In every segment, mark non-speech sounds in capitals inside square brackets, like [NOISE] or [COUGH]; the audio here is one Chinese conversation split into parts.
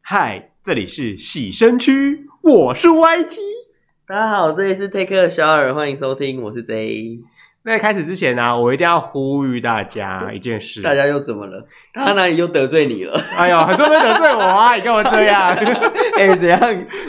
嗨，这里是洗身区，我是 YT。大家好，这里是 Take a Shower，欢迎收听，我是 J。在开始之前呢、啊我一定要呼吁大家一件事。大家又怎么了？他哪里又得罪你了？ [LAUGHS] 哎呦，很多人得罪我啊！你干嘛这样？哎、[LAUGHS] 怎样？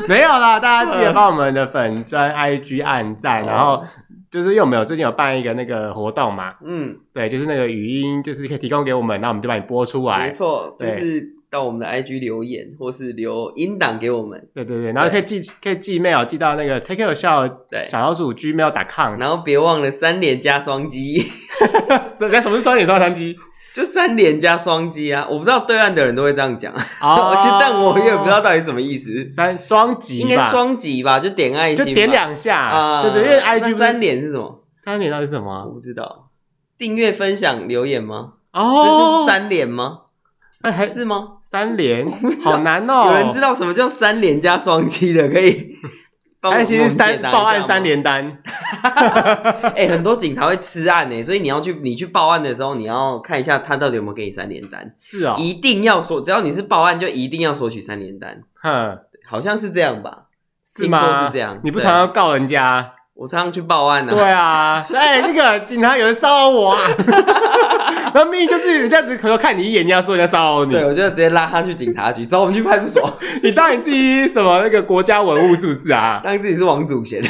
没有啦，大家记嗯得帮我们的粉砖 IG 按赞，然后就是因为我们有最近有办一个那个活动嘛，嗯，对，就是那个语音，就是可以提供给我们，那我们就把你播出没来。错，就对是到我们的 IG 留言，或是留音档给我们，对对对，然后可以寄可以寄 mail 寄到那个 take your show 对小老鼠 gmail.com。然后别忘了三连加双击， [LAUGHS] 人家什么是双点双三击？就三连加双击啊！我不知道对岸的人都会这样讲，哦 [LAUGHS] 其实但我也不知道到底什么意思，三双击应吧，该双击吧，就点爱就心吧，点两下，啊，对对，因为那 IG 不是三连是什么？三连到底是什我么？不知道，订阅、分享、留言吗？这哦，是三连吗？哎还是吗？三连 [LAUGHS] 不知，道好难哦。有人知道什么叫三连加双击的，[LAUGHS] 可以帮我哎，们其解实答一三下吗报案三，连单，哎、很多警察会吃案呢、所以你要去你去报案的时候，你要看一下他到底有没有给你三连单，是哦，一定要索，只要你是报案，就一定要索取三连单，哼，好像是这样吧？是听吗？说是这样你不对常常告人家？我常常去报案呢、对啊，哎，那个警察有人骚扰 [LAUGHS] 我啊，那命就是人家只是可能看你一眼，人家说人家骚扰你对，，我就直接拉他去警察局，走，我们去派出所， [LAUGHS] 你当你自己什么那个国家文物是不是 [LAUGHS] 啊？当自己是王祖贤，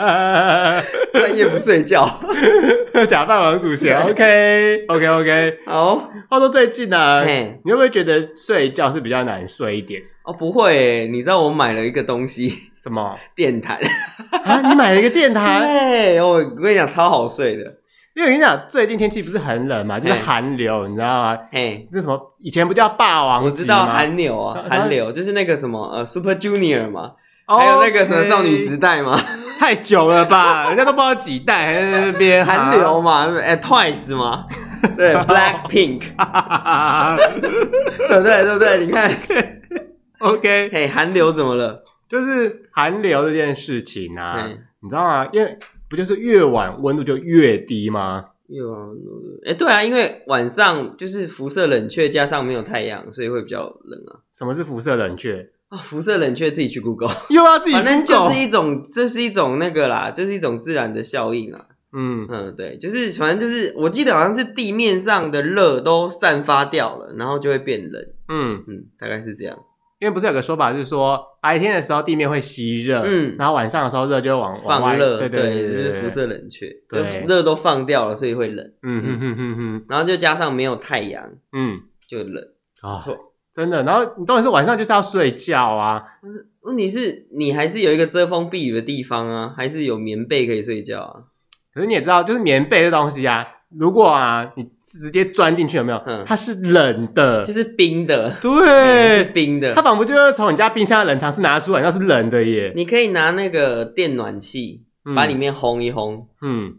半夜不睡觉。假扮王祖贤，OK OK OK。好，话说最近呢、嘿你会不会觉得睡觉是比较难睡一点？哦，不会欸，你知道我买了一个东西， [LAUGHS] 什么电毯，啊？你买了一个电 [LAUGHS] 毯？对，我我跟你讲，超好睡的。因为我跟你讲，最近天气不是很冷嘛，就是嘿寒流，你知道吗？嘿，那什么以前不叫霸王我级知道吗韩流然 [LAUGHS] 啊，后韩流就是那个什么呃 Super Junior 嘛，哦还有那个什么少女 OK 时 [LAUGHS] 代嘛，太久了吧？ [LAUGHS] 人家都不知道几代还在那边韩流，嘛，哎 Twice 嘛， [LAUGHS] 对 Black [LAUGHS] Pink，啊对不对？对不对？你看， [LAUGHS] [LAUGHS] OK，嘿，韩流怎么了？就是寒流这件事情啊嗯，你知道吗？因为不就是越晚温度就越低吗？有，哎，对啊，因为晚上就是辐射冷却，加上没有太阳，所以会比较冷啊。什么是辐射冷却？啊，辐射冷却自己去 Google，又要自己反正 Google 就是一种，这是一种那个啦，就是一种自然的效应啊。嗯，嗯，对，就是反正就是，我记得好像是地面上的热都散发掉了，然后就会变冷。嗯，嗯，大概是这样，因为不是有个说法，就是说白天的时候地面会吸热，嗯然后晚上的时候热就会往往放外热，对对，就是对辐，射冷却，就对是热都放掉了，所以会冷，嗯嗯嗯嗯嗯然后就加上没有太阳嗯就冷。啊错，真的。然后你重点是晚上就是要睡觉啊，问题是你还是有一个遮风避雨的地方啊，还是有棉被可以睡觉啊？可是你也知道，就是棉被这东西啊，如果啊你直接钻进去有没有？嗯它是冷的，就是冰的，是 [LAUGHS] 对，冰它的，仿佛就是从你家冰箱的冷藏室拿出来，那是冷的耶，你可以拿那个电暖器嗯把里面烘一烘，嗯，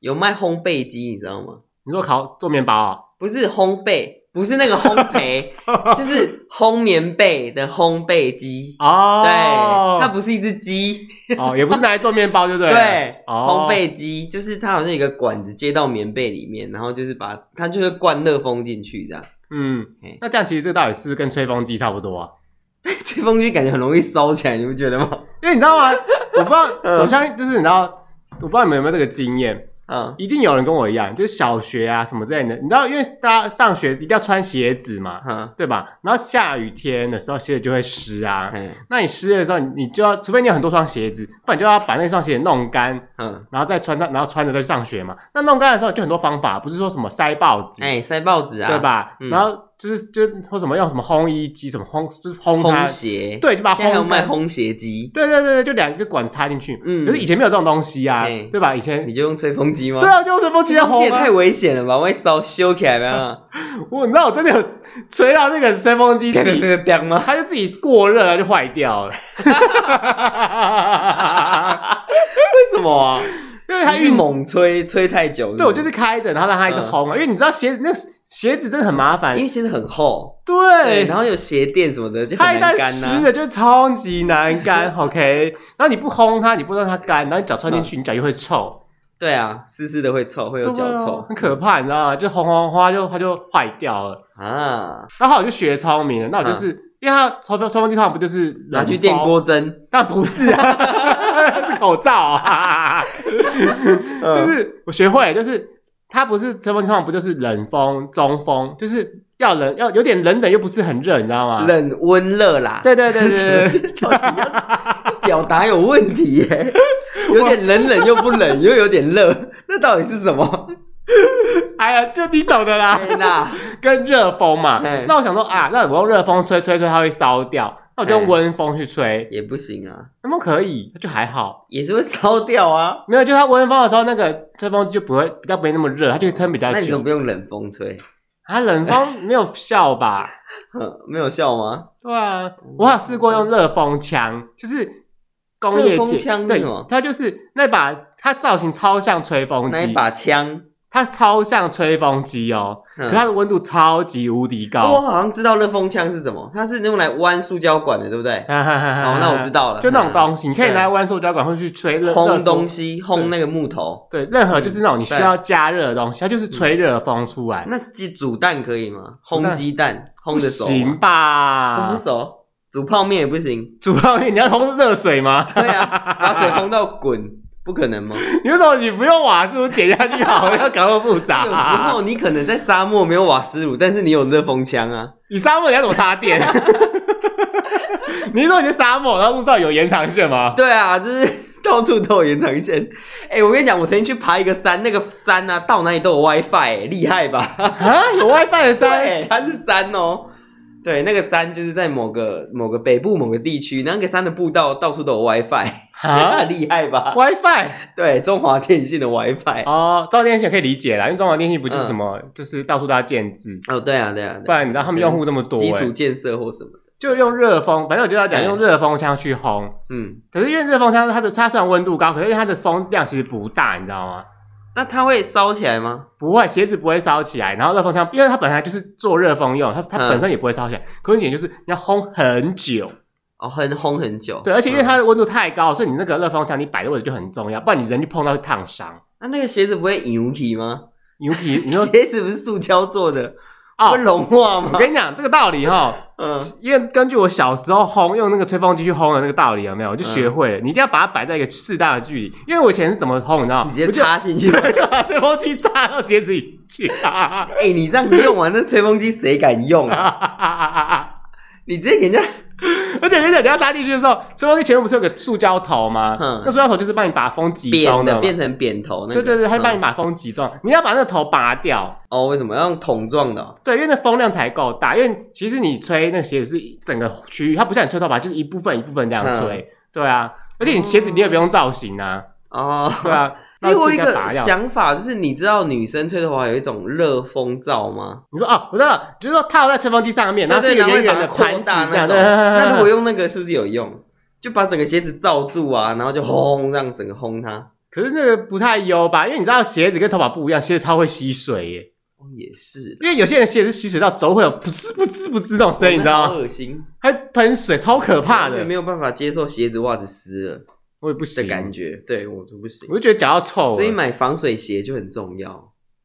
有卖烘焙机，你知道吗？你说烤做面包啊。不是烘焙，不是那个烘 [LAUGHS] 焙，就是烘棉被的烘焙机。哦对，，它不是一只鸡，哦，也不是拿来做面包，对不对？ [LAUGHS] 对，哦烘焙机就是它好像有一个管子接到棉被里面，然后就是把它就是灌热风进去这样。 [LAUGHS] 嗯嘿，那这样其实这到底是不是跟吹风机差不多啊？吹风机感觉很容易烧起来，你不觉得吗？因为你知 [LAUGHS] 道吗？我不知道，嗯我相信就是你知道，我不知道你们有没有这个经验，嗯，一定有人跟我一样，就是小学啊什么之类的，你知道，因为大家上学一定要穿鞋子嘛，哈，对吧？然后下雨天的时候鞋子就会湿啊，嗯那你湿的时候，你你就要，除非你有很多双鞋子，不然你就要把那双鞋弄干，嗯，然后再穿上，然后穿着再去上学嘛。那弄干的时候就很多方法，不是说什么塞报纸，哎，塞报纸啊，对？吧？嗯然后就是就或什么用什么烘衣机，什么烘就是烘它烘，鞋，，对，就把它现在还有烘卖干。烘鞋机，对对对对，就两个管子插进去。嗯可是以前没有这种东西啊嗯，对吧？以前你就用吹风机吗？对啊，就用吹风机在这也烘太啊。危险了吧，万一烧修起 [LAUGHS] 来了，我你知道我真的有吹到那个吹风机啪自啪己，啪啪啪吗？它就自己过热了就坏掉了。 [LAUGHS] 为什么啊？因为它它是运动，猛吹，吹太久不。对我就是开着，然后让它一直烘啊。因为你知道鞋子那鞋子真的很麻烦因，为鞋子很厚，对，对然。后有鞋垫什么的就它一很难旦干啊湿呐、了就超级难 [LAUGHS] 干，OK。然后你不烘它，你不让它干，然后你脚穿进去，你脚就会臭。对啊，湿湿的会臭，会有对嗯脚啊臭，很可怕，你知道吗？就红红花就它就坏掉了。啊。然后我就学聪明了，那我就是、因为它抽风抽风机通常不就是嗯拿去冷电风锅蒸， [LAUGHS] 那不是啊， [LAUGHS] 是口罩 [LAUGHS] 啊，嗯就是我学会，就是它不是吹风机通常不就是冷风、中风，就是要冷，要有点冷冷，又不是很热，你知道吗？啊冷温热啦。对对对对 [LAUGHS] 对，到底要表达有问题耶， [LAUGHS] 有点冷冷又不冷，又有点热， [LAUGHS] 那到底是什么？ [LAUGHS] 哎呀，就你懂的啦，天哪！ [LAUGHS] 跟热风嘛嗯。那我想说啊，那我用热风吹吹吹，它会烧掉，那我就用嗯温风去吹，也不行啊，那么可以，就还好。也是会烧掉啊。没有，就它温风的时候，那个吹风机就不会比较不会那么热，它就撑比较那你怎久么。不用冷风吹？啊，冷风没有效吧？哼没有效吗？对啊，我有试过用热风枪，就是工热业风界枪是对什么，它就是那把它造型超像吹风那一机，把枪，它超像吹风机哦，嗯可它的温度超级无敌哦高。我好像知道热风枪是什么，它是用来弯塑胶管的，对不对？哦哦，那我知道了，就那种嗯东西，你可以拿来弯塑胶管或者去吹热热烘塑东西，烘那个木头。对，任何就是那种你需嗯对嗯要加热的东西，它就是吹热风出来，那鸡煮蛋可以吗？煮蛋烘鸡蛋，烘不的啊熟吗，行烘吧的？熟，煮泡面也不行。煮泡面你要冲热水吗？对啊， [LAUGHS] 把水烘到滚，不可能吗？ [LAUGHS] 你为什么你不用瓦斯炉点下去好 [LAUGHS] 了？要搞那么复杂、有时候你可能在沙漠没有瓦斯炉，但是你有热风枪啊。你沙漠你要怎么插电？ [LAUGHS] 你是说你是沙漠，然后路上有延长线 [LAUGHS] 吗？对啊，就是 [LAUGHS] 到处都有延长线。哎、我跟你讲，我曾经去爬一个山，那个山啊，到哪里都有 WiFi，、欸、厉害吧？啊，有 WiFi 的山，对，它是山哦。对，那个山就是在某个某个北部某个地区，那个山的步道到处都有 WiFi，啊 [LAUGHS] 厉害吧？ WiFi 对，中华电信的 WiFi。哦，中华电信也可以理解啦，因为中华电信不就是什嗯么，就是到处都要建制，哦，对啊，对啊，不对啊然你知道他们用户那么多、基础欸，建设或什么的。就用热风，反正我就要讲嗯用热风枪去烘。嗯，可是因为热风枪它的它虽然温度高，可是因为它的风量其实不大，你知道吗？那它会烧起来吗？不会，鞋子不会烧起来，然后热风枪，因为它本来就是做热风用，它它嗯本身也不会烧起来。可是重点就是你要烘很久，哦，很烘很久。对，而且因为嗯它的温度太高，所以你那个热风枪你摆的位置就很重要，不然你人一碰到会烫伤。那、那个鞋子不会油皮吗？牛 [LAUGHS] 皮，你说鞋子不是塑胶做的，啊会，融化吗我？跟你讲这个道理哈，嗯，因为根据我小时候烘用那个吹风机去烘的那个道理有没有，我就学会了。嗯你一定要把它摆在一个适当的距离，因为我以前是怎么烘，你知 [LAUGHS] 道吗？你直接我就 [LAUGHS] 插进去。把吹风机插到鞋子里去。啊 [LAUGHS] 哎、你这样子用完那吹风机谁敢用啊？你直接给人家，而且而且你要插进去的时候，吹风机前面不是有个塑胶头吗？嗯那塑胶头就是帮你把风集扁中的嘛变成扁头那个。对对对，它帮嗯你把风集中，你要把那个头拔掉。哦，为什么要用桶状的哦、对，因为那风量才够大。因为其实你吹那个鞋子是整个区域，它不像你吹头发，就是一部分一部分这样吹。嗯对啊，而且你鞋子你也不用造型啊， [LAUGHS] 哦，对啊。因为我有一然后自己把个它拔掉想法，就是你知道女生吹头发有一种热风罩吗？你说哦，我知道，就是说套在吹风机上面，然后是一对个圆对，圆然后的会把它盘扩子大这那样。种。对 [LAUGHS] 那如果用那个是不是有用？就把整个鞋子罩住啊，然后就轰，这样整个轰它。可是那个不太优吧，因为你知道鞋子跟头发不一样，鞋子超会吸水耶。哦，也是，因为有些人鞋子吸水到走会有噗嗤噗嗤噗嗤那种声音，你知哦道那好吗？恶心。还喷水，超可怕完的全没。有办法接受鞋子袜子湿了我也不的行，感觉，对我就不行我。就觉得脚要臭了。所以买防水鞋就很重要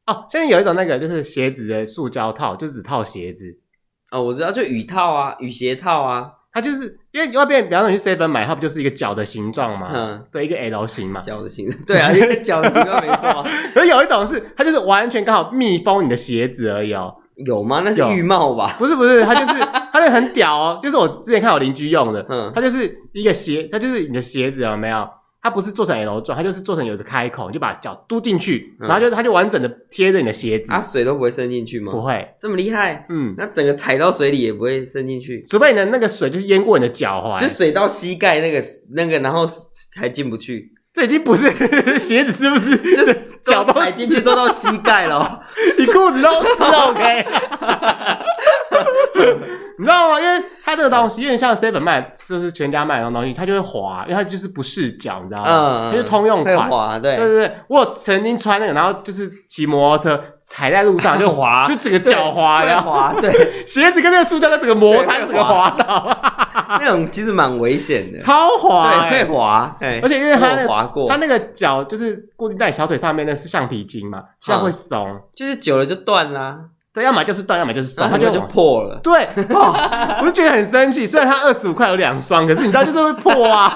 哦，现在有一种那个就是鞋子的塑胶套，就只套鞋子，哦。我知道，就雨套啊，雨鞋套啊，它就是因为外边，比方说你去 seven 买，它不就是一个脚的形状吗？嗯，对，一个 L 型嘛。脚的形， [LAUGHS] 对啊，因为脚的形状没错啊。可是有一种是它就是完全刚好密封你的鞋子而已哦，有吗？那是有浴帽吧？不是不是，它就是它是很屌哦，就是我之前看我邻居用的，嗯它就是一个鞋，它就是你的鞋子有没有？它不是做成 L 状，它就是做成有一个开口，你就把脚嘟进去，嗯然后就它就完整的贴着你的鞋子，啊，水都不会渗进去不吗？会，这么厉害，嗯，那整个踩到水里也不会渗进去，除非你的那个水就是淹过你的脚踝，就水到膝盖那个那个，然后才进不去，这已经不是 [LAUGHS] 鞋子，是不是？ [LAUGHS] 就是脚都都踩进去都到膝盖 [LAUGHS] 了。你裤子都湿了，OK？你知道吗？因为它这个东西，有点像 seven 卖，就是全家卖的那种东西，它就会滑，因为它就是不是脚，你知道吗？嗯，它是通用会款。滑，对对，对对，我有曾经穿那个，然后就是骑摩托车踩在路上就 [LAUGHS] 滑，就整个脚滑，会然后滑，对， [LAUGHS] 鞋子跟那个塑胶在整个摩擦，对会整个滑倒，那种其实蛮危险的。 [LAUGHS] 超滑欸、对，会滑，哎而且因为它那我有个滑过它，那个嗯脚就是固定在你小腿上面，那是橡皮筋嘛，现在会松。就是久了就断啦。对，要么就是断，要么就是松，然后哦它它就就往破了。对，哦，我就觉得很生气。虽然它二十五块有两双，可是你知道就是会破 [LAUGHS] 啊。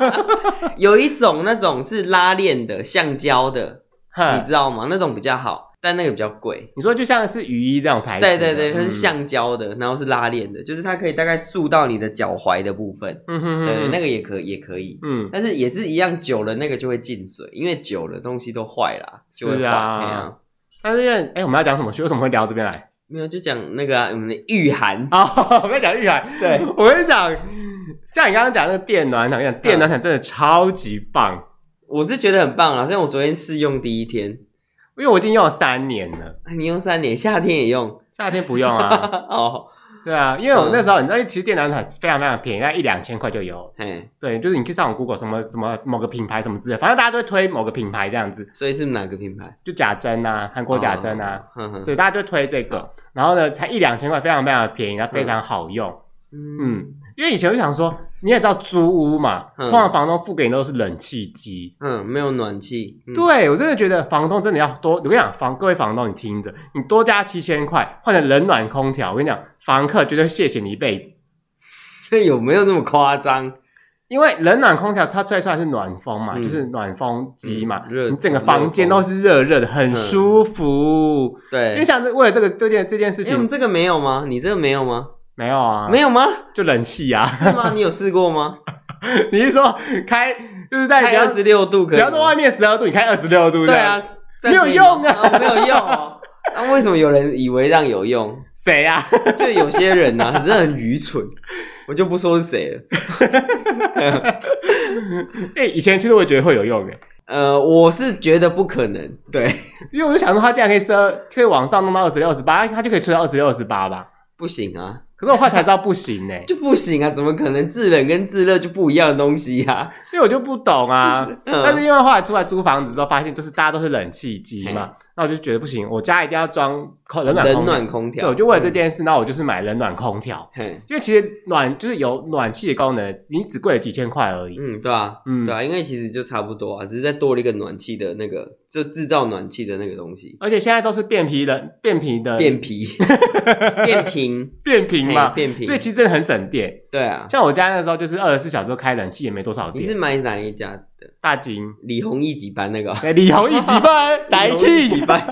有一种那种是拉链的，橡胶的，哼你知道吗？那种比较好，但那个比较贵。你说就像是雨衣这样材质对的，对对，它是嗯，橡胶的，然后是拉链的，就是它可以大概塑到你的脚踝的部分。嗯哼对，哼，那个，个也可也可以，嗯，但是也是一样，久了那个就会进水，因为久了东西都坏啦，就会是坏。啊嘿啊，但是因为哎，我们要讲什么？为什么会聊到这边来？没有就讲那个啊我们的 [LAUGHS] 御寒， [LAUGHS] 啊，我们要讲御寒。对，我跟你讲，像你刚刚讲那个电暖毯，我跟你讲电暖毯真的超级棒，我是觉得很棒啦。虽然我昨天试用第一天，因为我已经用了三年了，啊你用三年，夏天也用， [LAUGHS] 夏天不用啊。哦，对啊，因为我那时候嗯你知道，其实电暖毯非常非常便宜，大概一两千块就有。嘿，对，就是你去上网 Google 什么什么某个品牌什么之类，反正大家都会推某个品牌这样子，所以是哪个品牌？就假针啊，韩国假针啊，哦，呵呵对，大家就推这个，然后呢，才一两千块，非常非常的便宜，然后非常好用。嗯嗯，因为以前我就想说，你也知道租屋嘛，嗯通常房东付给你都是冷气机。嗯，没有暖气，嗯，对我真的觉得房东真的要多，我跟你讲，房各位房东，你听着，你多加七千块换成冷暖空调，我跟你讲，房客绝对谢谢你一辈子。这 [LAUGHS] 有没有那么夸张？因为冷暖空调它吹出来是暖风嘛，嗯就是暖风机嘛，嗯热嗯你整个房间都是热热的，很舒服。因对为，想着为了这个这件这件事哎，我情，们这个没有吗？你这个没有吗？没有啊，没有吗？就冷气啊。 [LAUGHS] 是吗？你有试过吗？你是说开就是在开比二方十六度可比以吗？方说外面十二度，你开二十六度，对，啊，这样可以没有用啊吗哦没有用哦。那为什么有人以为这样有用？谁呀、啊？ [LAUGHS] 就有些人呐、 [LAUGHS] 真的很愚蠢，我就不说是谁了。哎、以前其实我也觉得会有用的，欸呃，我是觉得不可能，对，因为我就想说，它竟然可以设，可以往上弄到二十六、二十八，它就可以吹到二十六、二十八吧。不行啊，可是我后来才知道不行欸 [LAUGHS] 呢、就不行啊，怎么可能制冷跟制热就不一样的东西啊呀、因为我就不懂啊。嗯但是因为后来出来租房子之后，发现就是大家都是冷气机嘛，那我就觉得不行，我家一定要装空冷暖冷空调。暖空对，调，嗯我就为了这件事，那我就是买冷暖空调，嘿，因为其实暖就是有暖气的功能，你只贵了几千块而已。嗯，对啊，嗯对啊，因为其实就差不多啊，只是再多了一个暖气的那个，就制造暖气的那个东西，而且现在都是变频的，变频的变 [LAUGHS] 皮，变频，变频嘛，嘿变频所以其实真的很省电。对啊。像我家那时候就是二十四小时都开冷气，也没多少你是电。买哪一家的？大金，李弘毅几班那 [LAUGHS] 个哦？哎，李弘毅几 [LAUGHS] 班，来李弘毅气几。班？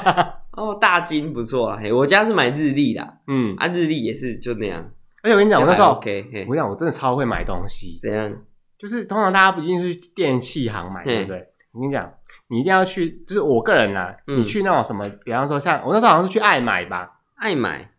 [LAUGHS] 哦，大金不错啦，嘿，我家是买日历啦，嗯，啊，日历也是就那样。而且我跟你讲，我那时就还候， OK，嘿我跟你讲，我真的超会买东西。怎样？就是通常大家不一定是去电器行买，嗯对不对？我跟你讲，你一定要去，就是我个人啦，嗯你去那种什么，比方说像我那时候好像是去爱买吧，爱买，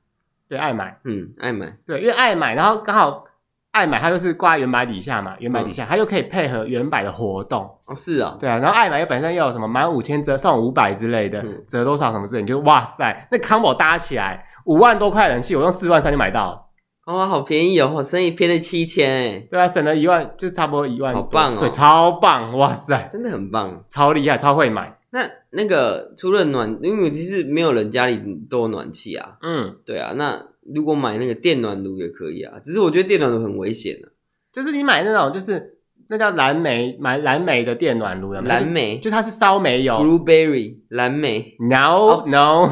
对，爱买，嗯，爱买，对，因为爱买，然后刚好爱买它就是挂原版底下嘛，原嗯版底下它就可以配合原版的活动，哦，是哦，对啊，然后爱买又本身又有什么满五千折送五百之类的，嗯折多少什么之类，你就哇塞，那 combo 搭起来五万多块的冷气，我用四万三就买到了，哦，好便宜哦，我生意骗了七千，哎，对啊，省了一万，就是差不多一万多，好棒哦对，超棒，哇塞，真的很棒。超厉害，超会买，那那个除了暖，因为其实没有人家里都有暖气啊，嗯，对啊，那如果买那个电暖炉也可以啊，只是我觉得电暖炉很危险啊，就是你买那种就是那叫蓝莓，买蓝莓的电暖炉的，蓝就莓就它是烧煤油。 ，blueberry，蓝莓， No 哦 no，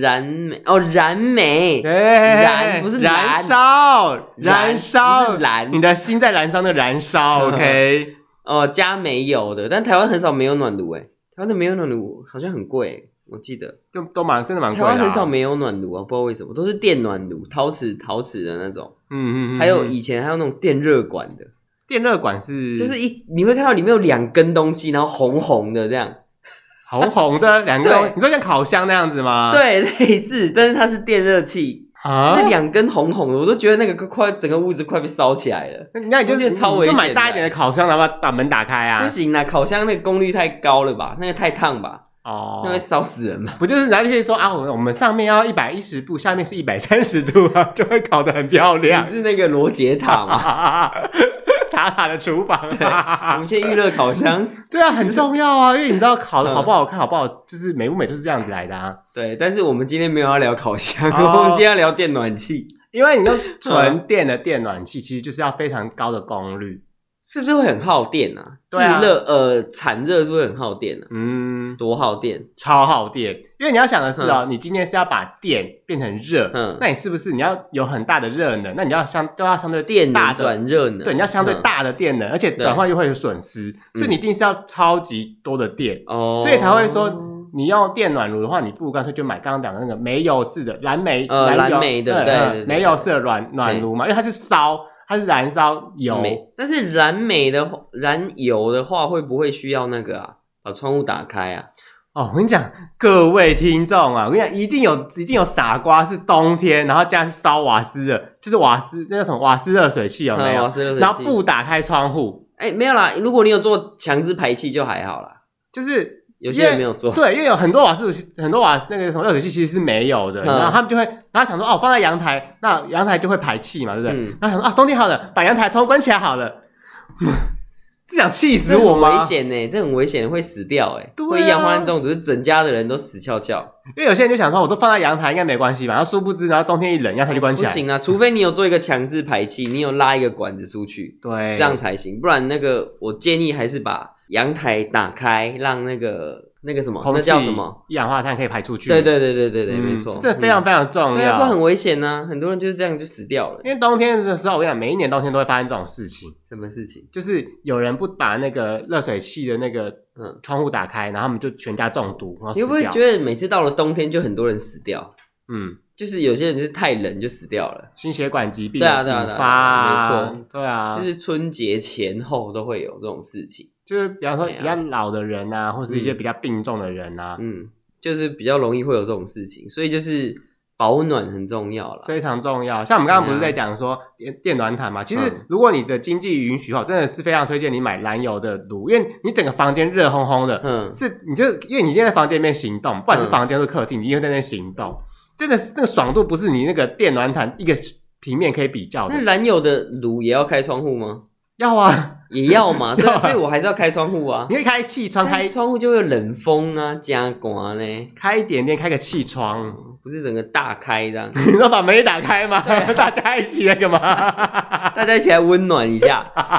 燃莓，哦，燃莓，燃不是哎燃蓝烧，燃燃烧嗯不是，蓝你的心在燃烧，那个燃 [LAUGHS] 烧，OK，哦，加煤油的，但台湾很少没有暖炉，哎，台湾的没有暖炉好像很贵欸，我记得。就都蛮真的蛮贵台的啊。湾很少没有暖炉啊，不知道为什么，都是电暖炉，陶瓷陶瓷的那种，嗯嗯嗯，还有嗯以前还有那种电热管的，电热管是就是一你会看到里面有两根东西，然后红红的这样，红红的两个东西啊对，你说像烤箱那样子吗？对，类似，但是它是电热器，啊那，两根红红的，我都觉得那个快整个屋子快被烧起来了。那那你就我觉得超危你险就的买大一点的烤箱，然后把把门打开啊不。行啦，烤箱那个功率太高了吧，那个太烫吧，那哦会，烧死人吧。不就是然后就可以说啊，我们我们上面要一百一十度，下面是一百三十度 [LAUGHS] 啊，就会烤得很漂亮 [LAUGHS] 你。是那个罗杰塔吗？塔塔的厨房我啊，们先预热烤箱， [LAUGHS] 对啊，很重要啊，因为你知道烤的嗯好不好看，好不好，就是美不美就是这样子来的啊。对，但是我们今天没有要聊烤箱，哦我们今天要聊电暖器。嗯因为你用纯电的电暖气，其实就是要非常高的功率，是不是会很耗电啊？自对啊热、呃产热是不是很耗电啊？嗯，多耗电？超耗电。因为你要想的是哦，你今天是要把电变成热，嗯那你是不是你要有很大的热能？那你要相都要相对电大能的转热能，对，你要相对嗯大的电能，而且转换又会有损失，所以你一定是要超级多的电，哦，所以才会说你用电暖炉的话，你不如干脆就买刚刚讲的那个煤油式的蓝煤，呃油蓝煤嗯的对嗯对对煤油式的暖暖炉嘛，因为它是烧，它是燃烧油，煤，但是燃煤的话燃油的话，会不会需要那个啊？把窗户打开啊？哦，我跟你讲，各位听众啊，我跟你讲，一定有一定有傻瓜是冬天，然后家是烧瓦斯的，就是瓦斯那叫什么瓦斯热水器有没有？嗯是热水然后器不打开窗户，哎、没有啦，如果你有做强制排气就还好啦，就是有些人没有做。对，因为有很多瓦斯很多瓦斯那个什么热水器其实是没有的，嗯然后他们就会，然后想说哦，放在阳台，那阳台就会排气嘛，对不对？嗯然后想说啊，冬天好了，把阳台窗关起来好了， [LAUGHS] 是想气死我这吗？很危险呢、这很危险，会死掉哎、对啊会一氧化碳中毒，整家的人都死翘翘。因为有些人就想说，我都放在阳台应该没关系吧，然后殊不知，然后冬天一冷，阳台就关不起来，行啊，除非你有做一个强制排气，你有拉一个管子出去，对，这样才行。不然那个，我建议还是把阳台打开，让那个那个什么，空那气叫什么？一氧化碳可以排出去。对对对对对对，嗯没错，这非常非常重嗯、要。对啊，不然很危险呢、很多人就是这样就死掉了。因为冬天的时候，我跟你讲，每一年冬天都会发生这种事情，什么事情？就是有人不把那个热水器的那个嗯，窗户打开，然后他们就全家中毒，哦然后死你会掉。不会觉得每次到了冬天就很多人死掉？嗯，就是有些人就是太冷就死掉了，心血管疾病对啊对啊引对啊发啊，没错，对啊，就是春节前后都会有这种事情。就是比方说对啊比较老的人啊，或是一些比较病重的人啊，嗯，就是比较容易会有这种事情，所以就是保暖很重要啦。非常重要。像我们刚刚不是对啊在讲说电电暖毯嘛，其实嗯如果你的经济允许后，真的是非常推荐你买燃油的炉，因为你整个房间热烘烘的，嗯，是你就因为你今天在房间里面行动，不管是房间或是客厅，你一定会在那边行动，真的是那个爽度不是你那个电暖毯一个平面可以比较那的。燃油的炉也要开窗户吗？要啊，也要嘛，对要啊，啊所以我还是要开窗户啊 [LAUGHS] 你。可以开气窗，但开是窗户就会有冷风啊，加刮呢，开一点点，开个气窗， [LAUGHS] 不是整个大开这样，你知道把门一打开吗？ [LAUGHS] 大家一起那个吗？ [LAUGHS] 大家一起来温暖一下。 [LAUGHS]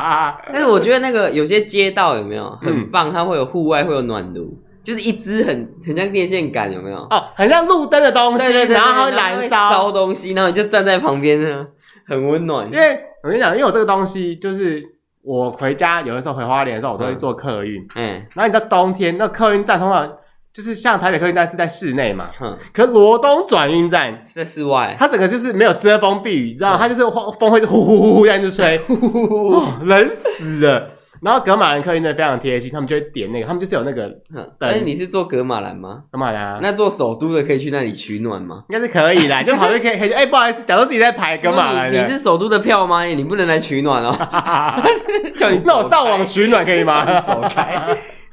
但是我觉得那个有些街道有没有嗯很棒，它会有户外会有暖炉，就是一支很很像电线杆有没有？哦，很像路灯的东西，然后它会对然后燃烧烧。东西，然后你就站在旁边呢，很温暖因。为我跟你讲，因为我这个东西就是我回家有的时候回花莲的时候，我嗯都会坐客运，哎，然后你知道冬天那客运站通常就是像台北客运站是在室内嘛，哼，可罗东转运站，是在室外，它整个就是没有遮风避雨，你知道吗？嗯它就是风风会呼呼呼呼这样子 [LAUGHS] 吹， [LAUGHS] 哦冷死了。然后格马兰客运真的非常贴心，他们就会点那个，他们就是有那个嗯但是你是做格马兰吗？格马兰啊，那做首都的可以去那里取暖吗？应该是可以 [LAUGHS] 啦，就跑去可以可以，哎、不好意思，假装自己在排格马兰你的，你是首都的票吗？哎你不能来 [LAUGHS] 取暖哦，叫你那我走上网取暖可以吗？走开。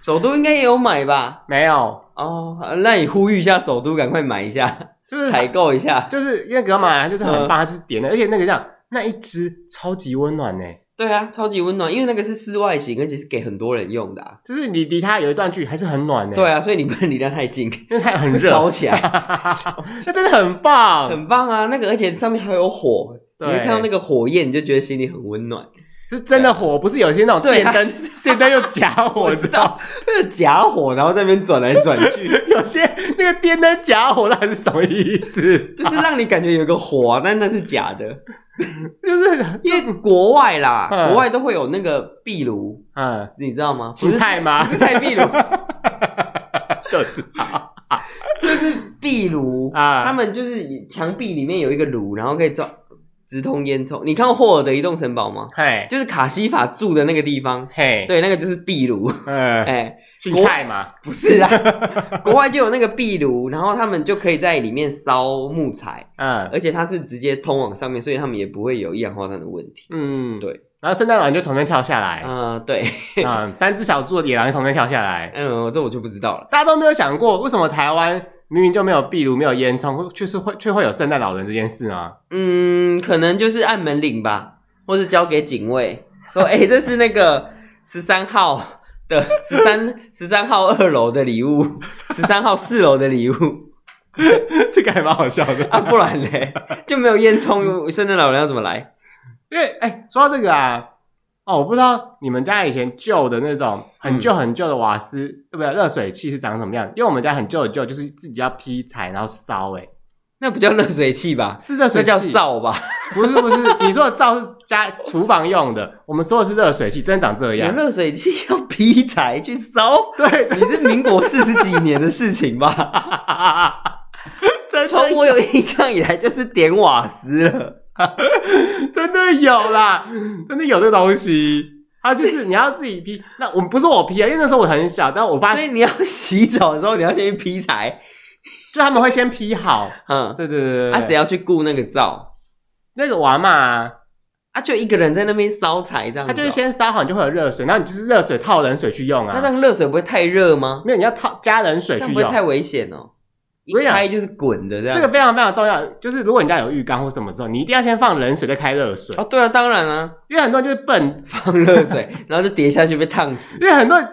首都应该也有买吧？ [LAUGHS] 没有，哦，那你呼吁一下首都，赶快买 [LAUGHS] 一下，就是采购一下。就是因为格马兰就是很棒，它就是嗯点的，而且那个这样那一只超级温暖呢、对啊，超级温暖，因为那个是室外型，而且是给很多人用的、啊。就是你离它有一段距离还是很暖呢、对，啊，所以你不能离它太近，因为它很会 [LAUGHS] 热烧，起来，那真的很棒，很棒啊！那个，而且上面还有火，你对会看到那个火焰，你就觉得心里很温暖。是真的火，不是有些那种对电它灯，电灯又 [LAUGHS] 假火，知道？那个假火，然后在那边转来转去， [LAUGHS] 有些那个电灯假火，那是什么意思？就是让你感觉有一个火、啊，但那是假的。就是因为国外啦，嗯国外都会有那个壁炉，嗯，你知道吗？芹菜吗不是菜不 [LAUGHS] 是菜壁炉，就知道就是壁炉啊他们就是墙壁里面有一个炉，然后可以照直通烟囱。你看过霍尔的移动城堡吗？ [LAUGHS] 嘿，就是卡西法住的那个地方，嘿，，对，那个就是壁炉。 [LAUGHS] 嗯，哎、芹菜嘛，不是啊，国外就有那个壁炉，然后他们就可以在里面烧木材，嗯而且它是直接通往上面，所以他们也不会有一氧化碳的问题。嗯，对。然后圣诞老人就从那边跳下来，啊、对，嗯，三只小猪的野狼就从那边跳下来，嗯，这我就不知道了。大家都没有想过，为什么台湾明明就没有壁炉、没有烟囱，却是会却会有圣诞老人这件事吗？ [LAUGHS] 嗯，可能就是按门铃吧，或是交给警卫说，哎、这是那个十三号的十三十三号二楼的礼物，十三号四楼的礼物这个还蛮好笑的啊，不然嘞就没有烟囱，圣诞老人要怎么来？因为哎、说到这个啊，哦，我不知道你们家以前旧的那种很旧很旧的瓦斯，对不对？热水器是长什么样？因为我们家很旧很旧，就是自己要劈柴然后烧、欸，哎，那不叫热水器吧？是热水那器叫灶吧？不是不是，你说的灶是家厨房用的，我们说的是热水器，真的长这有样。热水器要劈柴去烧？对，你是民国四十几年的事情吧？ [LAUGHS] 真从的我有印象以来就是点瓦斯了。真的有啦，真的有这东西。它就是你要自己劈，那我不是我劈啊，因为那时候我很小，但我爸所以你要洗澡的时候，你要先去劈柴。就他们会先劈好，嗯，对对对对，啊，谁要去雇那个灶？那个娃嘛、啊，啊，就一个人在那边烧柴这样子它哦。就是先烧好，你就会有热水，然后你就是热水泡冷水去用啊。那这样热水不会太热吗？没有，你要泡加冷水这样去不会太用。危啊险哦。一我跟你讲开就是滚的这样。这个非常非常重要，就是如果你家有浴缸或什么时候，你一定要先放冷水再开热水，哦，对啊，当然啊，因为很多人就是笨，放热 [LAUGHS] 水，然后就跌下去被烫死。因为很多人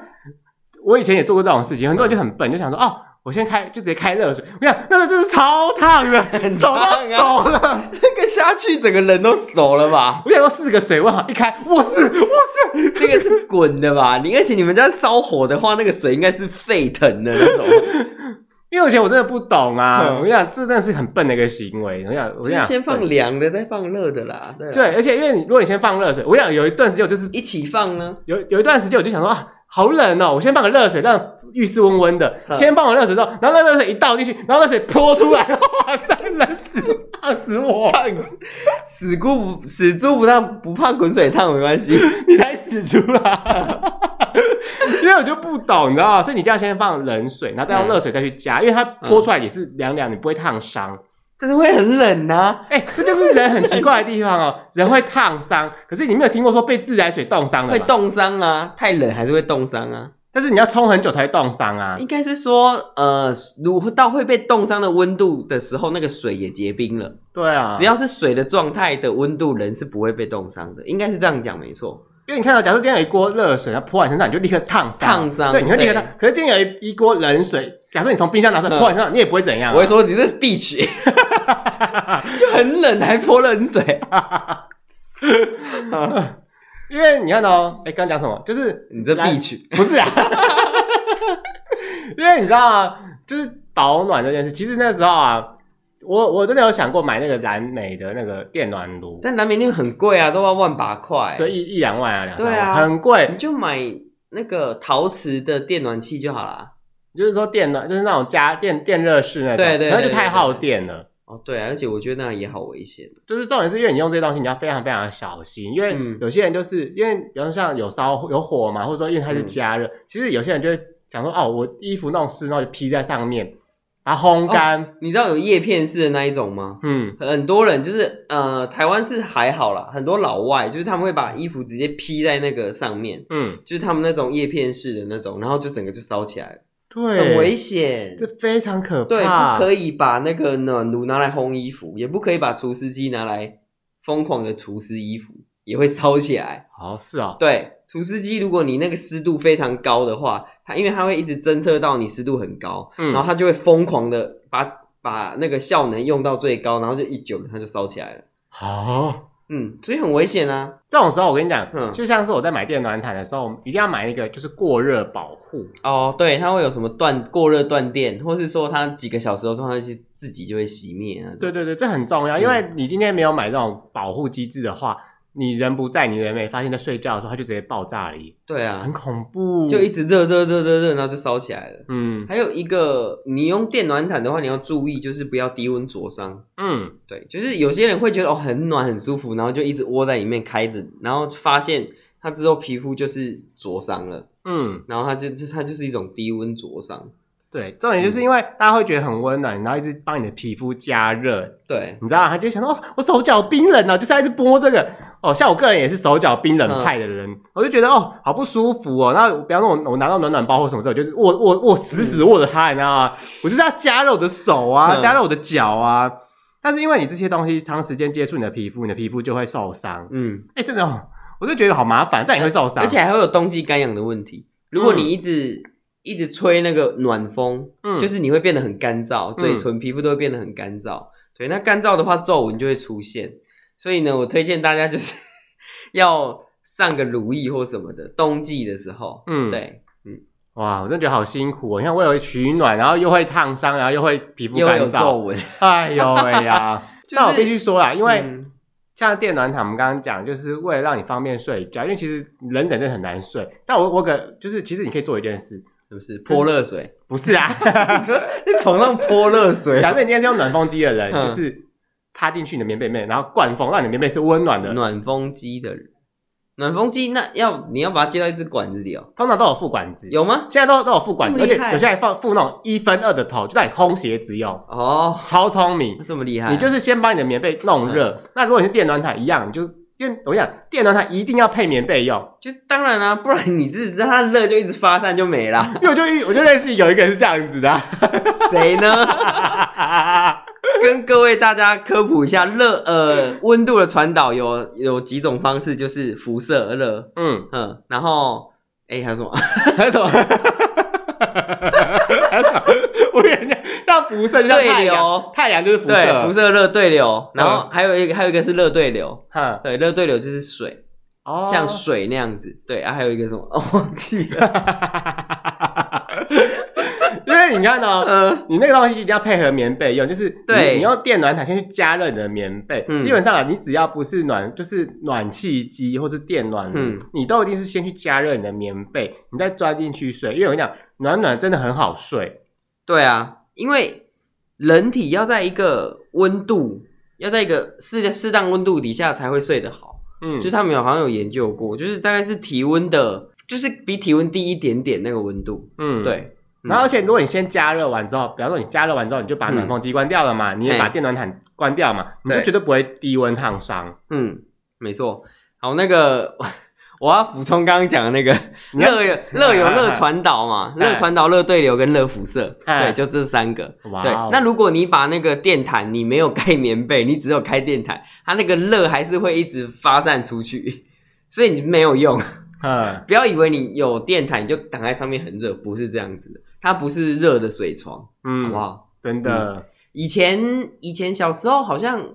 我以前也做过这种事情，很多人就很笨，就想说哦，我先开就直接开热水，我想那个真是超烫的，手烫啊都抖 [LAUGHS] 了。这个下去整个人都熟了吧？我想说四个水温好，一开，我是我是，那个是滚的吧？你而且你们家烧火的话，那个水应该是沸腾的那种，因为以前我真的不懂啊，嗯我想这真的是很笨的一个行为，我想我就是想先放对凉的，再放热的啦。对啦啊对，而且因为你如果你先放热水，我想有一段时间我就是一起放呢。有有一段时间我就想说啊，好冷哦，我先放个热水让浴室温温的，嗯先放完热水之后，然后那热水一倒进去，然后热水泼出来， [LAUGHS] 哇塞，冷死，烫死我，烫死，死猪不死猪不烫，不怕滚水烫没关系。你才死出 [LAUGHS] 来。因为我就不懂，你知道吗？所以你一定要先放冷水，然后嗯再用热水再去加，因为它泼出来也是凉凉，你不会烫伤。嗯但是会很冷啊呐、哎、这就是人很奇怪的地方 [LAUGHS] 哦，人会烫伤，可是你没有听过说被自来水冻伤的会吧？冻伤啊，太冷还是会冻伤啊。但是你要冲很久才会冻伤啊。应该是说，呃，如果到会被冻伤的温度的时候，那个水也结冰了。对啊，只要是水的状态的温度，人是不会被冻伤的，应该是这样讲没错。因为你看到，假设今天有一锅热水，它泼在你身上，你就立刻烫伤。烫伤对，你会立刻烫对。可是今天有一一锅冷水，假设你从冰箱拿出来嗯泼在你身上，你也不会怎样、啊。我会说你这 [LAUGHS] 是 bitch，就很冷还泼 [LAUGHS] 冷水，因为你看哦，哎，刚讲什么？就是 [LAUGHS] 你这来 bitch 不是啊？因为你知道啊，就是保暖这件事，其实那时候啊，我我真的有想过买那个蓝莓的那个电暖炉，但蓝莓那个很贵啊，都要万把块。对，，一一两万啊，两三万，对啊很贵你。就买那个陶瓷的电暖器就好啦。就是说电暖，就是那种家电电热室那种，对对对然后就对太对耗对电了。哦，对啊、而且我觉得那也好危险。就是重点是因为你用这些东西，你要非常非常的小心，因为嗯有些人就是、因为比如像有烧有火嘛，或者说因为它是加热，其实有些人就会想说哦，我衣服弄湿，然后就披在上面，把它烘干，你知道有叶片式的那一种吗？嗯，很多人就是呃，台湾是还好啦，很多老外就是他们会把衣服直接披在那个上面，嗯，就是他们那种叶片式的那种，然后就整个就烧起来了，对，很危险。这非常可对，怕，不可以把那个暖炉拿来烘衣服，也不可以把除湿机拿来疯狂的除湿衣服，也会烧起来。好、哦、是哦，对，除湿机如果你那个湿度非常高的话，它因为它会一直侦测到你湿度很高，嗯然后它就会疯狂的把把那个效能用到最高，然后就一久了它就烧起来了。好、嗯，所以很危险啊。这种时候我跟你讲，嗯就像是我在买电暖毯的时候，我们一定要买一个就是过热保护，哦，对，它会有什么断过热断电，或是说它几个小时之后它就自己就会熄灭啊。对对对，这很重要，因为你今天没有买这种保护机制的话，你人不在，你人没发现，在睡觉的时候它就直接爆炸了耶。对啊很，恐怖，就一直热热热热热，然后就烧起来了。嗯还有一个，你用电暖毯的话，你要注意，就是不要低温灼伤。嗯，对，就是有些人会觉得哦很暖很舒服，然后就一直窝在里面开着，然后发现他之后皮肤就是灼伤了，嗯，然后他就就他就是一种低温灼伤。对，重点嗯就是因为大家会觉得很温暖，然后一直帮你的皮肤加热，对，你知道吗？他就想说，哦，我手脚冰冷哦，就是要一直拨这个。哦，像我个人也是手脚冰嗯冷派的人，我就觉得哦，好不舒服哦。那比方说我我拿到暖暖包或什么之后，我就是握握握死死握着它，你知道吗？我就是要加热我的手啊，嗯加热我的脚啊。但是因为你这些东西长时间接触你的皮肤，你的皮肤就会受伤。嗯，哎、真的、哦，我就觉得好麻烦，这样也会受伤。而且还会有冬季干痒的问题。如果你一直、一直吹那个暖风，嗯就是你会变得很干燥，嘴嗯唇、皮肤都会变得很干燥。对，那干燥的话，皱纹就会出现。所以呢，我推荐大家就是 [LAUGHS] 要上个如意或什么的，冬季的时候，嗯，，对，哇，我真的觉得好辛苦哦！你看，为了取暖，然后又会烫伤，然后又会皮肤嗯又干有皱燥，纹，哎呦喂呀！ [LAUGHS] 就是那我必须说啦，因为嗯像电暖毯，我们刚刚讲，就是为了让你方便睡觉，因为其实冷冷真的很难睡。但我我可就是，其实你可以做一件事，是不是泼热水？ [LAUGHS] 不是啊？在床上泼热水，假设你今天是用暖风机的人，就嗯是插进去你的棉被面，然后灌风，让你的棉被是温暖的。暖风机的人暖风机，那要你要把它接到一只管子里哦，通常都有附管子，有吗？现在都都有附管子，这而且么厉害有些还放附那种一分二的头，就让你空鞋子用，哦，超聪明。这么厉害，你就是先把你的棉被弄热。那如果你是电暖毯一样，你就因为我跟你讲，电暖毯一定要配棉被用。，就当然啦、不然你自己让它热就一直发散就没啦因为我就一我就认识有一个人是这样子的、谁呢？啊， [LAUGHS] [LAUGHS] 跟各位大家科普一下，热呃温度的传导有有几种方式，就是辐射热，嗯，嗯，然后哎、还 [LAUGHS] 有什么？还有什么？还有什么？我跟你讲，像辐射就像太对阳流，太阳就是辐对，射，辐射热对流，然后嗯还有一个还有一个是热对流，哼，对，热对流就是水，哦像水那样子，对啊，还有一个什么？ [LAUGHS] 哦，忘记了，因为你看哦，呃，你那个东西一定要配合棉被用，就是你对你用电暖毯先去加热你的棉被。嗯基本上啊，你只要不是暖，就是暖气机或是电暖炉，嗯你都一定是先去加热你的棉被，你再钻进去睡。因为我跟你讲，暖暖真的很好睡。对啊，因为人体要在一个温度，要在一个适适当温度底下才会睡得好。嗯，就他们有好像有研究过，就是大概是体温的，就是比体温低一点点那个温度。嗯。对，然后，而且如果你先加热完之后，比方说你加热完之后，你就把暖风机关掉了嘛，你也把哎电暖毯关掉嘛，你就对绝对不会低温烫伤。嗯，没错。好，那个 [LAUGHS] 我要补充刚刚讲的那个 [LAUGHS] 你要啊热有热有热传导嘛，哎热传导、热对流跟热辐射，哎对，就这三个。哇对哦，那如果你把那个电毯，你没有盖棉被，你只有开电毯，它那个热还是会一直发散出去， [LAUGHS] 所以你没有用。 [LAUGHS] 嗯，不要以为你有电毯你就躺在上面很热，不是这样子的，它不是热的水床，好嗯，不好？真的，以前以前小时候好像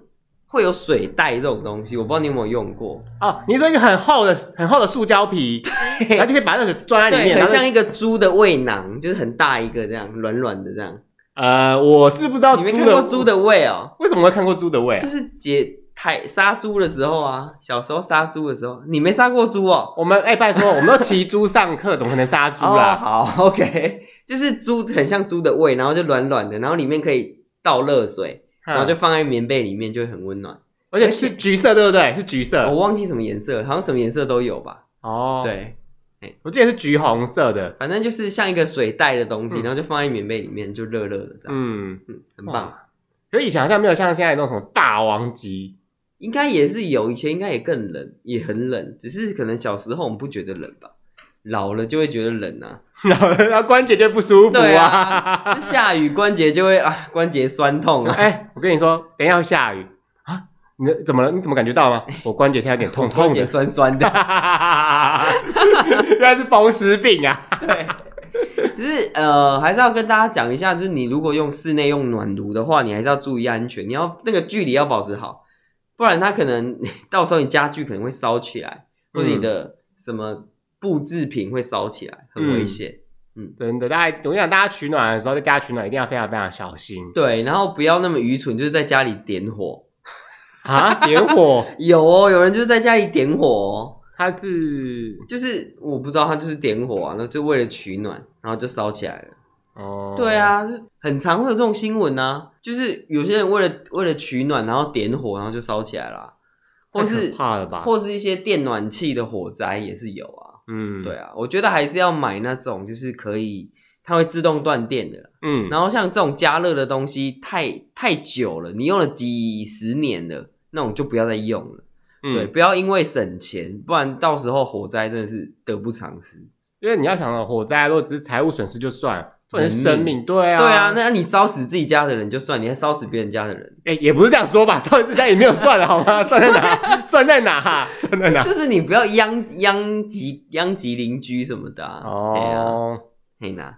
会有水袋这种东西，我不知道你有没有用过，哦，你说一个很厚的、很厚的塑胶 [LAUGHS] 皮，然后就可以把热水装在里对，面，很然后像一个猪的胃囊，就是很大一个这样软软的这样。呃，我是不知道猪你的，没看过哦猪的胃哦、为什么会看过猪的胃就？是解台杀猪的时候啊，小时候杀猪的时候，你没杀过猪哦、我们哎、拜托，我们都骑猪上课，怎么可能杀猪哦，啦？好，OK，就是 [LAUGHS] 猪很像猪的胃，然后就软软的，然后里面可以倒热水，然后就嗯哎放在棉被里面，就会很温暖。而且是橘色，对不对？是橘我色忘记什么颜色，好像什么颜色都有吧？哦，，哦对，我记得是橘红色的，反正就是像一个水袋的东西，嗯然后就放在棉被里面，就热热的这样，嗯，嗯，很棒。哇。可是以前好像没有像现在那种什么霸王级， [LAUGHS] 应该也是有，以前应该也更冷，也很冷，只是可能小时候我们不觉得冷吧，老了就会觉得冷啊。然后然后关节就不舒服对啊。啊， [LAUGHS] 下雨关节就会啊，关节酸痛就啊。哎、我跟你说，等一下要下雨啊，你的怎么了？你怎么感觉到吗？我关节现在有点痛痛哎关的 [LAUGHS] 节。酸酸的，原来是风湿病啊！只是呃，还是要跟大家讲一下，就是你如果用室内用暖炉的话，你还是要注意安全，你要那个距离要保持好，不然它可能到时候你家具可能会烧起来，或者你的什么布制品会烧起来，很危险。真的，大家我跟你讲，大家取暖的时候在家取暖一定要非常非常小心对，然后不要那么愚蠢，就是在家里点火。啊！点火，有哦，有人就是在家里点火、哦，它是就是我不知道他就是点火啊，那就为了取暖，然后就烧起来了。哦， [LAUGHS] 对，啊，就很常会有这种新闻啊，就是有些人为了为了取暖，然后点火，然后就烧起来了啊、或太是可怕了吧？或是一些电暖器的火灾也是有啊。嗯，对，啊，我觉得还是要买那种就是可以它会自动断电的。嗯，然后像这种加热的东西太太久了，你用了几十年了，那种就不要再用了。嗯对，，不要因为省钱，不然到时候火灾真的是得不偿失。因为你要想到火灾，如果只是财务损失就算了，重点是生命，对啊，对啊，那你烧死自己家的人就算，你还烧死别人家的人。哎也不是这样说吧，上一次家也没有算了好吗？算在哪？算在哪？算在哪？ [LAUGHS] 就是你不要殃殃及殃及邻居什么的、啊、哦，哦。嘿呐，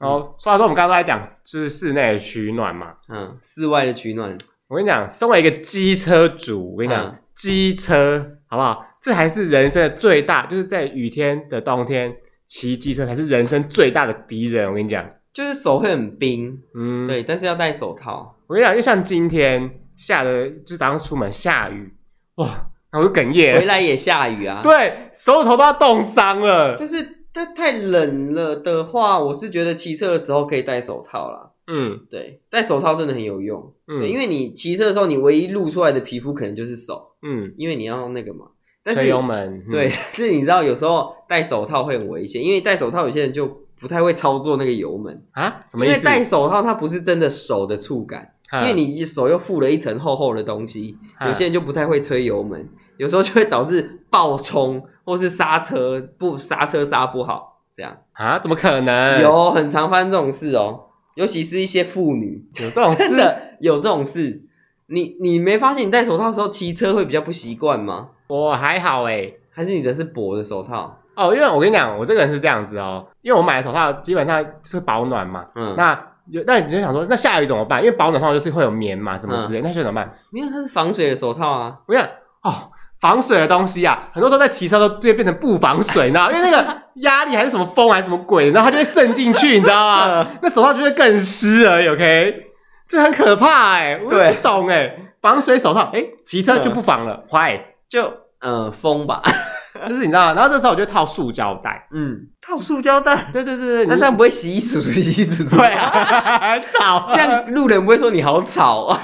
然后，虽然说我们刚刚在讲就是室内的取暖嘛，嗯，室外的取暖，我跟你讲，身为一个机车主，我跟你讲嗯，机、车好不好？这还是人生的最大，就是在雨天的冬天骑机车才是人生最大的敌人。我跟你讲，就是手会很冰，嗯，对，但是要戴手套。我跟你讲，就像今天下的，就早上出门下雨，哇，然后我就哽咽回了，来也下雨啊，对手头都要冻伤了。但是但太冷了的话，我是觉得骑车的时候可以戴手套啦。嗯对，戴手套真的很有用，嗯，对因为你骑车的时候，你唯一露出来的皮肤可能就是手，嗯，因为你要那个嘛。但是吹油门，嗯对，， [LAUGHS] 是你知道有时候戴手套会很危险，因为戴手套有些人就不太会操作那个油门，啊，什因么意为思？戴手套它不是真的手的触感，因为嗯你手又附了一层厚厚的东西，嗯有些人就不太会吹油门，有时候就会导致爆冲或是刹车不刹车刹不好，这样啊，怎么可能有很常发生这种事哦，尤其是一些妇女，有这种真事？的有这种事。你你没发现你戴手套的时候骑车会比较不习惯吗？我还好哎、还是你的是薄的手套？哦，因为我跟你讲，我这个人是这样子哦，因为我买的手套基本上是保暖嘛，嗯，那有那你就想说，那下雨怎么办？因为保暖的话就是会有棉嘛什么嗯之类，那下雨怎么办？没有，它是防水的手套啊。我跟你讲哦，防水的东西啊，很多时候在骑车都变变成不防水，你知 [LAUGHS] 道吗？因为那个压力还是什么风还是什么鬼的，然后它就会渗进去，你知道嗯吗？那手套就会更湿而已，OK？这很可怕哎、我也对不懂哎、防水手套哎，骑、车就不防了，嗯坏、就呃风吧，就是你知道吗？然后这时候我就套塑胶袋，嗯，套塑胶袋，对对对对， [LAUGHS] 那你这样不会洗衣叔叔洗衣叔叔？对，啊，吵啊 [LAUGHS] 这样路人不会说你好吵 [LAUGHS] 啊。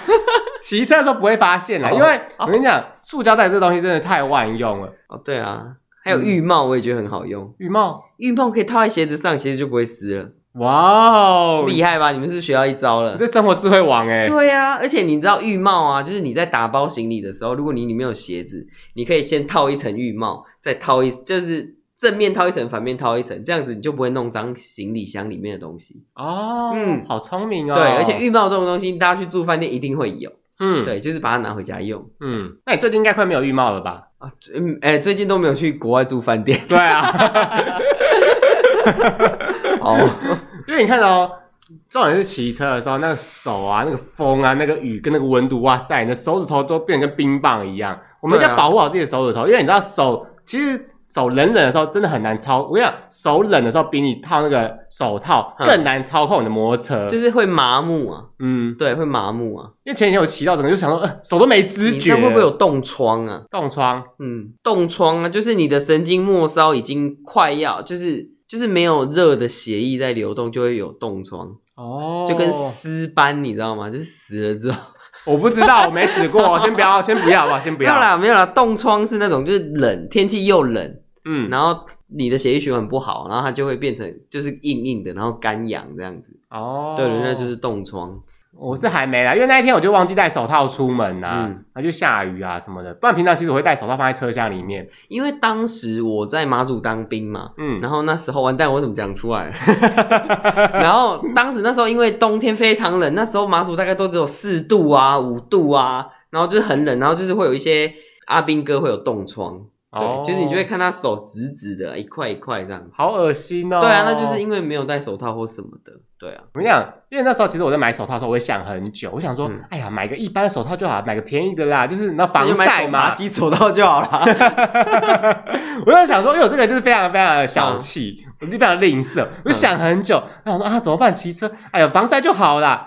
骑车的时候不会发现啦，啊哦因为我跟你讲，塑胶袋这东西真的太万用了。哦，对啊，还有浴帽我也觉得很好用，浴帽，浴帽可以套在鞋子上，鞋子就不会湿了，哇哦，厉害吧？你们是不是学到一招了你？这生活智慧王哎、对啊，而且你知道浴帽啊，就是你在打包行李的时候，如果你里面有鞋子，你可以先套一层浴帽，再套一，就是正面套一层，反面套一层，这样子你就不会弄脏行李箱里面的东西。哦，嗯好聪明哦。对，而且浴帽这种东西，大家去住饭店一定会有。嗯，对，就是把它拿回家用嗯，那你最近应该快没有浴帽了吧？啊。最嗯，哎、最近都没有去国外住饭店对啊，哦。因为你看哦，重点是骑车的时候，那个手啊，那个风啊，那个雨跟那个温度，哇塞，你的手指头都变得跟冰棒一样。我们一定要对啊保护好自己的手指头，因为你知道手其实。手冷冷的时候真的很难操，我跟你讲，手冷的时候比你套那个手套嗯更难操控你的摩托车。 [LAUGHS] 就是会麻木啊，嗯，对，会麻木啊。因为前几天我骑到，整个就想说，呃，手都没知你这觉，样会不会有冻疮啊？冻疮？嗯，冻疮啊，就是你的神经末梢已经快要，就是就是没有热的血液在流动，就会有冻疮，哦就跟尸斑，你知道吗？就是死了之后，我不知道，我没死过，先不要，先不要好不好？先不 [LAUGHS] 没有要。啦，没有啦，冻疮是那种就是冷，天气又冷，嗯，然后你的血液循环不好，然后它就会变成就是硬硬的，然后干痒这样子。哦，对对，那就是冻疮。我是还没啦，因为那一天我就忘记戴手套出门啦、啊，嗯然后就下雨啊什么的。不然平常其实我会戴手套放在车厢里面。因为当时我在马祖当兵嘛，嗯，然后那时候完蛋，我怎么讲出来？ [LAUGHS] 然后当时那时候因为冬天非常冷，那时候马祖大概都只有四度啊、五度啊，然后就是很冷，然后就是会有一些阿兵哥会有冻疮，对，哦就是你就会看他手直直的，一块一块这样子。好恶心哦。对啊，那就是因为没有戴手套或什么的。对啊，怎么讲？因为那时候其实我在买手套的时候，我会想很久，我想说，嗯哎呀，买个一般的手套就好，买个便宜的啦，就是那防那就买晒手麻嘛。鸡手套就好了。 [LAUGHS] 我就想说，因为我这个人就是非常非常的小气，嗯我就非常吝啬，我就想很久，我想说啊，怎么办？骑车，哎呀，防晒就好啦。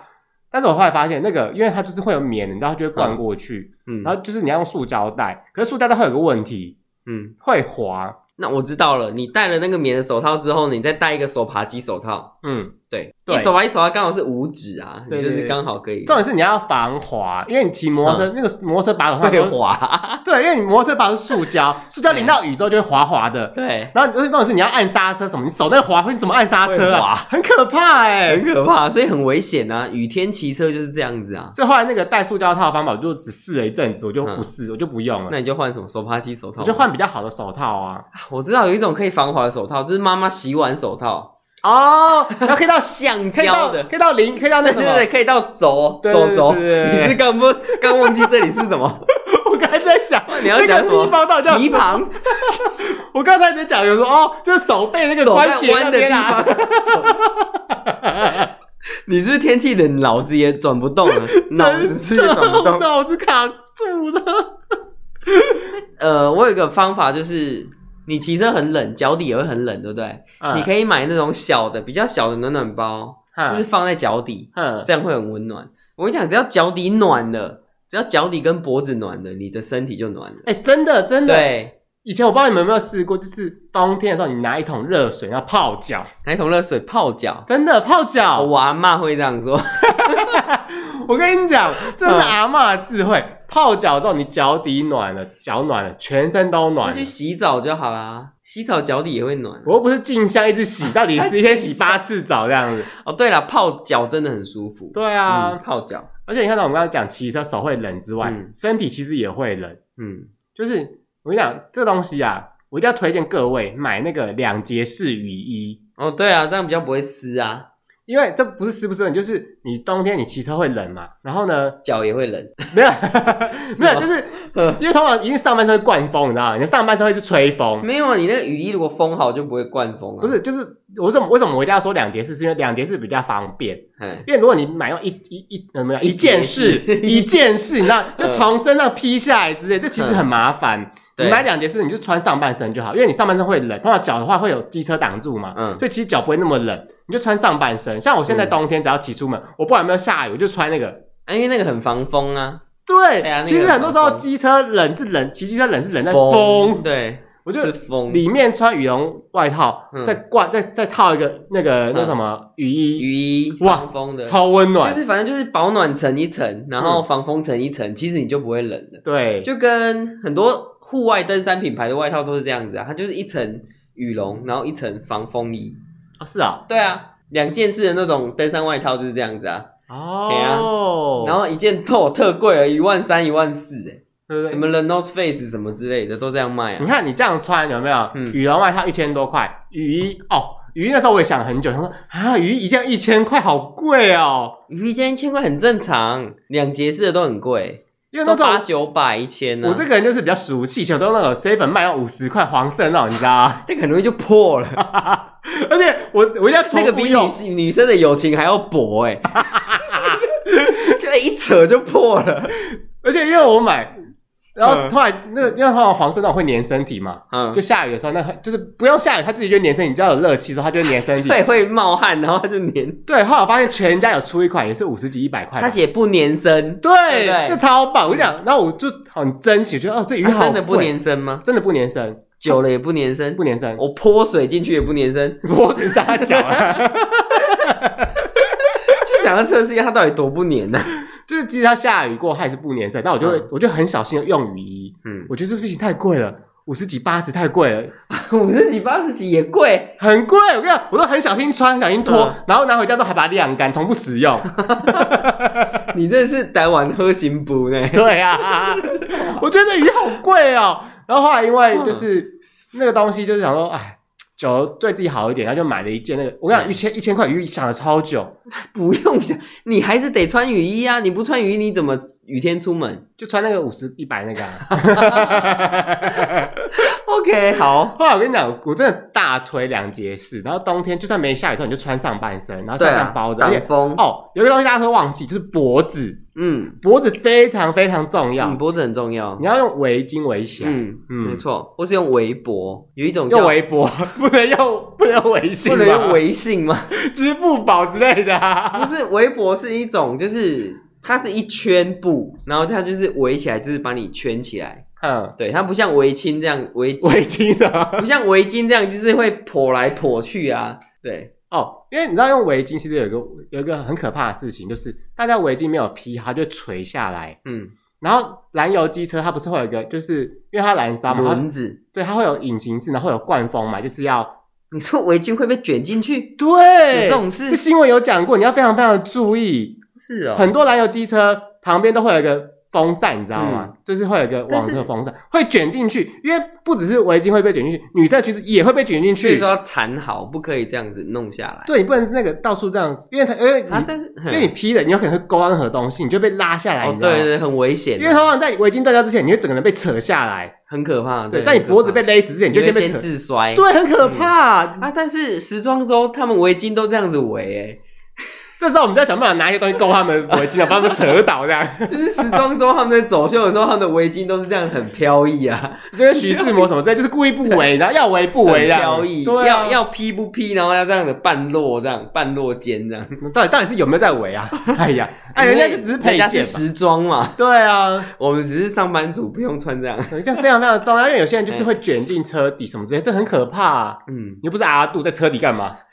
但是我后来发现，那个因为它就是会有棉，你知道，它就会灌过去，嗯，然后就是你要用塑胶袋，可是塑胶袋会有个问题，嗯，会滑。那我知道了。你戴了那个棉的手套之后，你再戴一个手扒鸡手套。嗯，对，对因为手把一手套刚好是五指啊，对你对就对是刚好可以重点是你要防滑，因为你骑摩托车、那个摩托车把手上会都是滑，对，因为你摩托车把手是塑胶，塑胶淋到雨之后就会滑滑的。 [LAUGHS] 对，然后而且重点是你要按刹车什么，你手在滑，你怎么按刹车会啊？滑很可怕哎、很可怕，所以很危险啊。雨天骑车就是这样子啊。所以后来那个戴塑胶套的方法，我就只试了一阵子，我就不试，我就不用了那，你就换什么手帕机手套？我就换比较好的手套啊。啊。我知道有一种可以防滑的手套，就是妈妈洗碗手 [LAUGHS] 套，哦，然后可以到橡可以胶到的。可以到零，可以到那对个对什对，么。可以到肘哦对对手肘。对对对你是刚不刚忘记这里是什么？ [LAUGHS] 我刚才在想，你要那讲什个地么？方到底叫皮旁 [LAUGHS] 我刚才在讲，有说哦，就是手背那个手关在节那弯的地边啊方。。 [LAUGHS] 手 [LAUGHS] 你是不是天气 [LAUGHS] 冷，脑子也转不动了，脑子是也转不真的动。脑子卡住了。呃，我有一个方法，就是你骑车很冷，脚底也会很冷，对不对？你可以买那种小的、比较小的暖暖包，嗯就是放在脚底，嗯这样会很温暖。我跟你讲，只要脚底暖了，只要脚底跟脖子暖了，你的身体就暖了。哎、真的真的，对，以前我不知道你们有没有试过，就是冬天的时候，你拿一桶热水然后泡脚，拿一桶热水泡脚，哦真的泡脚。我阿妈会这样说。我跟你讲，这是嗯阿嬷的智慧。泡脚之后，你脚底暖了，脚暖了，全身都暖那了去。洗澡就好啦，洗澡脚底也会暖啊。我又不是静香一直洗，到底是一天洗八次澡这样子？哦，对了，泡脚真的很舒 [LAUGHS] 服。对啊，嗯，泡脚，而且你看到我们刚刚讲骑车手会冷之外，嗯身体其实也会冷。嗯，就是我跟你讲，这东西啊，我一定要推荐各位买那个两节式雨衣，哦，对啊，这样比较不会湿啊，因为这不是湿不湿冷，就是你冬天你骑车会冷嘛，然后 [LAUGHS] 呢，脚也会冷。没有没有，什么 [LAUGHS] 就是嗯因为通常一定上半身会灌风，你知道吗？你的上半身会是吹风， [LAUGHS] 没有啊，你那个雨衣如果封好就不会灌风啊。不，是，就是我怎么为什么我一定要说两节式，是因为两节式比较方便。哎，因为如果你买用一一一呃没有一一件事节 [LAUGHS] 一件事，你 [LAUGHS] 知道，就嗯从身上披下来之类，这其实很麻烦。对你买两件事，你就穿上半身就好，因为你上半身会冷，通常脚的话会有机车挡住嘛，嗯所以其实脚不会那么冷，你就穿上半身。像我现在嗯冬天只要骑出门，我不管有没有下雨，我就穿那个。啊，因为那个很防风啊，对，对啊那个其实很多时候防风机车冷是冷，骑机车冷是冷，但风，对，我就是风。里面穿羽绒外套，嗯再挂再再套一个那个那嗯什么雨衣，雨衣哇防风的，超温暖。嗯就是反正就是保暖层一层，然后防风层一层，其实你就不会冷的。对，就跟很多户外登山品牌的外套都是这样子啊，它就是一层羽绒，然后一层防风衣。哦是啊，对啊，两件式的那种登山外套就是这样子啊，哦，然后一件 [LAUGHS] 透特贵了，一万三、一万四，哎，对不什对？么 Renault Face 什么之类的都这样卖你啊。看你这样穿有没有？嗯羽绒外套一千多块，雨衣哦，雨衣那时候我也想很久，他说啊，雨衣一件一千块，好贵哦。雨衣件一千块很正常，两节式的都很贵，因为那都时候八九百、一千啊呢。我这个人就是比较俗气，小都那个 seven 卖要五十块黄色那种，你知道吗？ [LAUGHS] 那个很容易就破了， [LAUGHS] 而且我我一定要重那个复比用女，性 [LAUGHS] 女生的友情还要薄哎、 [LAUGHS] 就一扯就破 [LAUGHS] 了。而且因为我买，然后嗯突然那个因为通常黄色那种会粘身体嘛，嗯就，下雨的时候那就是不用下雨，它自己就粘身体，你只要有热气的时候它就会粘身体。对，会冒汗，然后它就粘，对，后来我发现全家有出一款也是五十几一百块吧，它写不粘身，对，对不对那超棒！我跟你讲，然后我就很珍惜，觉得哦，这鱼它好、真的不，粘身吗？真的不粘身，久了也不粘身不，粘身。我泼水进去也不粘 [LAUGHS] 身，我只是它小啊， [LAUGHS] 就想要测试一下它到底多不粘啊呢、 [LAUGHS] 就是即使它下雨过，它也是不粘身。但我就会，嗯我就很小心的用雨衣，嗯， [LAUGHS] 我觉得这不行，太贵了，五十几、八十太贵了，五十几、八十几也贵，很贵。我跟你讲，我都很小心穿，很小心脱，嗯然后拿回家之后还把它晾干，重复使 [LAUGHS] 用。你真的是台湾喝行不呢？对啊，我觉得这鱼好贵哦。然后后来因为嗯就是那个东西，就是想说，哎，久了对自己好一点，然后就买了一件那个，我嗯跟你讲，一千一千块鱼想了超久。不用想，你还是得穿雨衣啊！你不穿雨衣，你怎么雨天出门就穿那个五十一百那个、啊。 ？OK，好，后来我跟你讲，我真的大推两节式，然后冬天就算没下雨的时候，你就穿上半身，然后对身啊上，包着，而挡且风，哦，有一个东西大家会忘记，就是脖子，嗯，脖子非常非常重要，嗯，脖子很重要你，要用围巾围起来，嗯嗯嗯，没错，或是用围脖，有一种用叫围脖， [LAUGHS] 不能用不能用微信不吧，能用微信吗？ [LAUGHS] 支付宝之类的、啊，不是围脖是一种，就是它是一圈布，然后它就是围起来，就是把你圈起来。嗯，对，它不像围巾这样围， [LAUGHS] 围巾什么？不像围巾这样就是会破来破去啊。对，哦，因为你知道用围巾其实有一个有一个很可怕的事情，就是大家围巾没有披，它就垂下来，嗯，然后燃油机车它不是会有一个，就是因为它燃烧嘛，它轮子，对，它会有引擎室，然后会有灌风嘛，就是要你说围巾会被卷进去？有对这种这事新闻有讲过，你要非常非常注意。是哦，很多燃油机车旁边都会有一个风扇，你知道吗？嗯就是会有一个网车风扇会卷进去，因为不只是围巾会被卷进去，女生的裙子也会被卷进所以去说。要缠好，不可以这样子弄下来。对，你不能那个到处这样，因为它因为你、啊，但是因 [LAUGHS] 为你嗯披了，你有可能会勾到任何东西，你就被拉下来，哦你，知道吗？对对，很危险因为啊，通常在围巾断掉之前，你会整个人被扯下来，很可怕。对，对，在你很可脖子怕被勒死之前，你就会先被扯先自摔。嗯对，很可怕。啊，但是时装周他们围巾都这样子围，哎，这时候我们就要想办法拿一些东西勾他们围巾啊，把他们扯倒这样。 [LAUGHS] 就是时装周他们在走秀的时候，他们的围巾都是这样很飘逸啊，就跟徐志摩什么之类，就是故意不围，然后要围不很围这样。飘逸，对啊要，要披不披，然后要这样的半落，这样半落肩这样。到底到底是有没有在围啊？ [LAUGHS] 哎呀，哎，人家就只是配人家是件嘛。时装嘛，对啊，我们只是上班族，不用穿这样。这样非常非常重要，因为有些人就是会卷进车底什么之类，这很可怕、啊。嗯，你又不是阿杜，在车底干嘛？ [LAUGHS]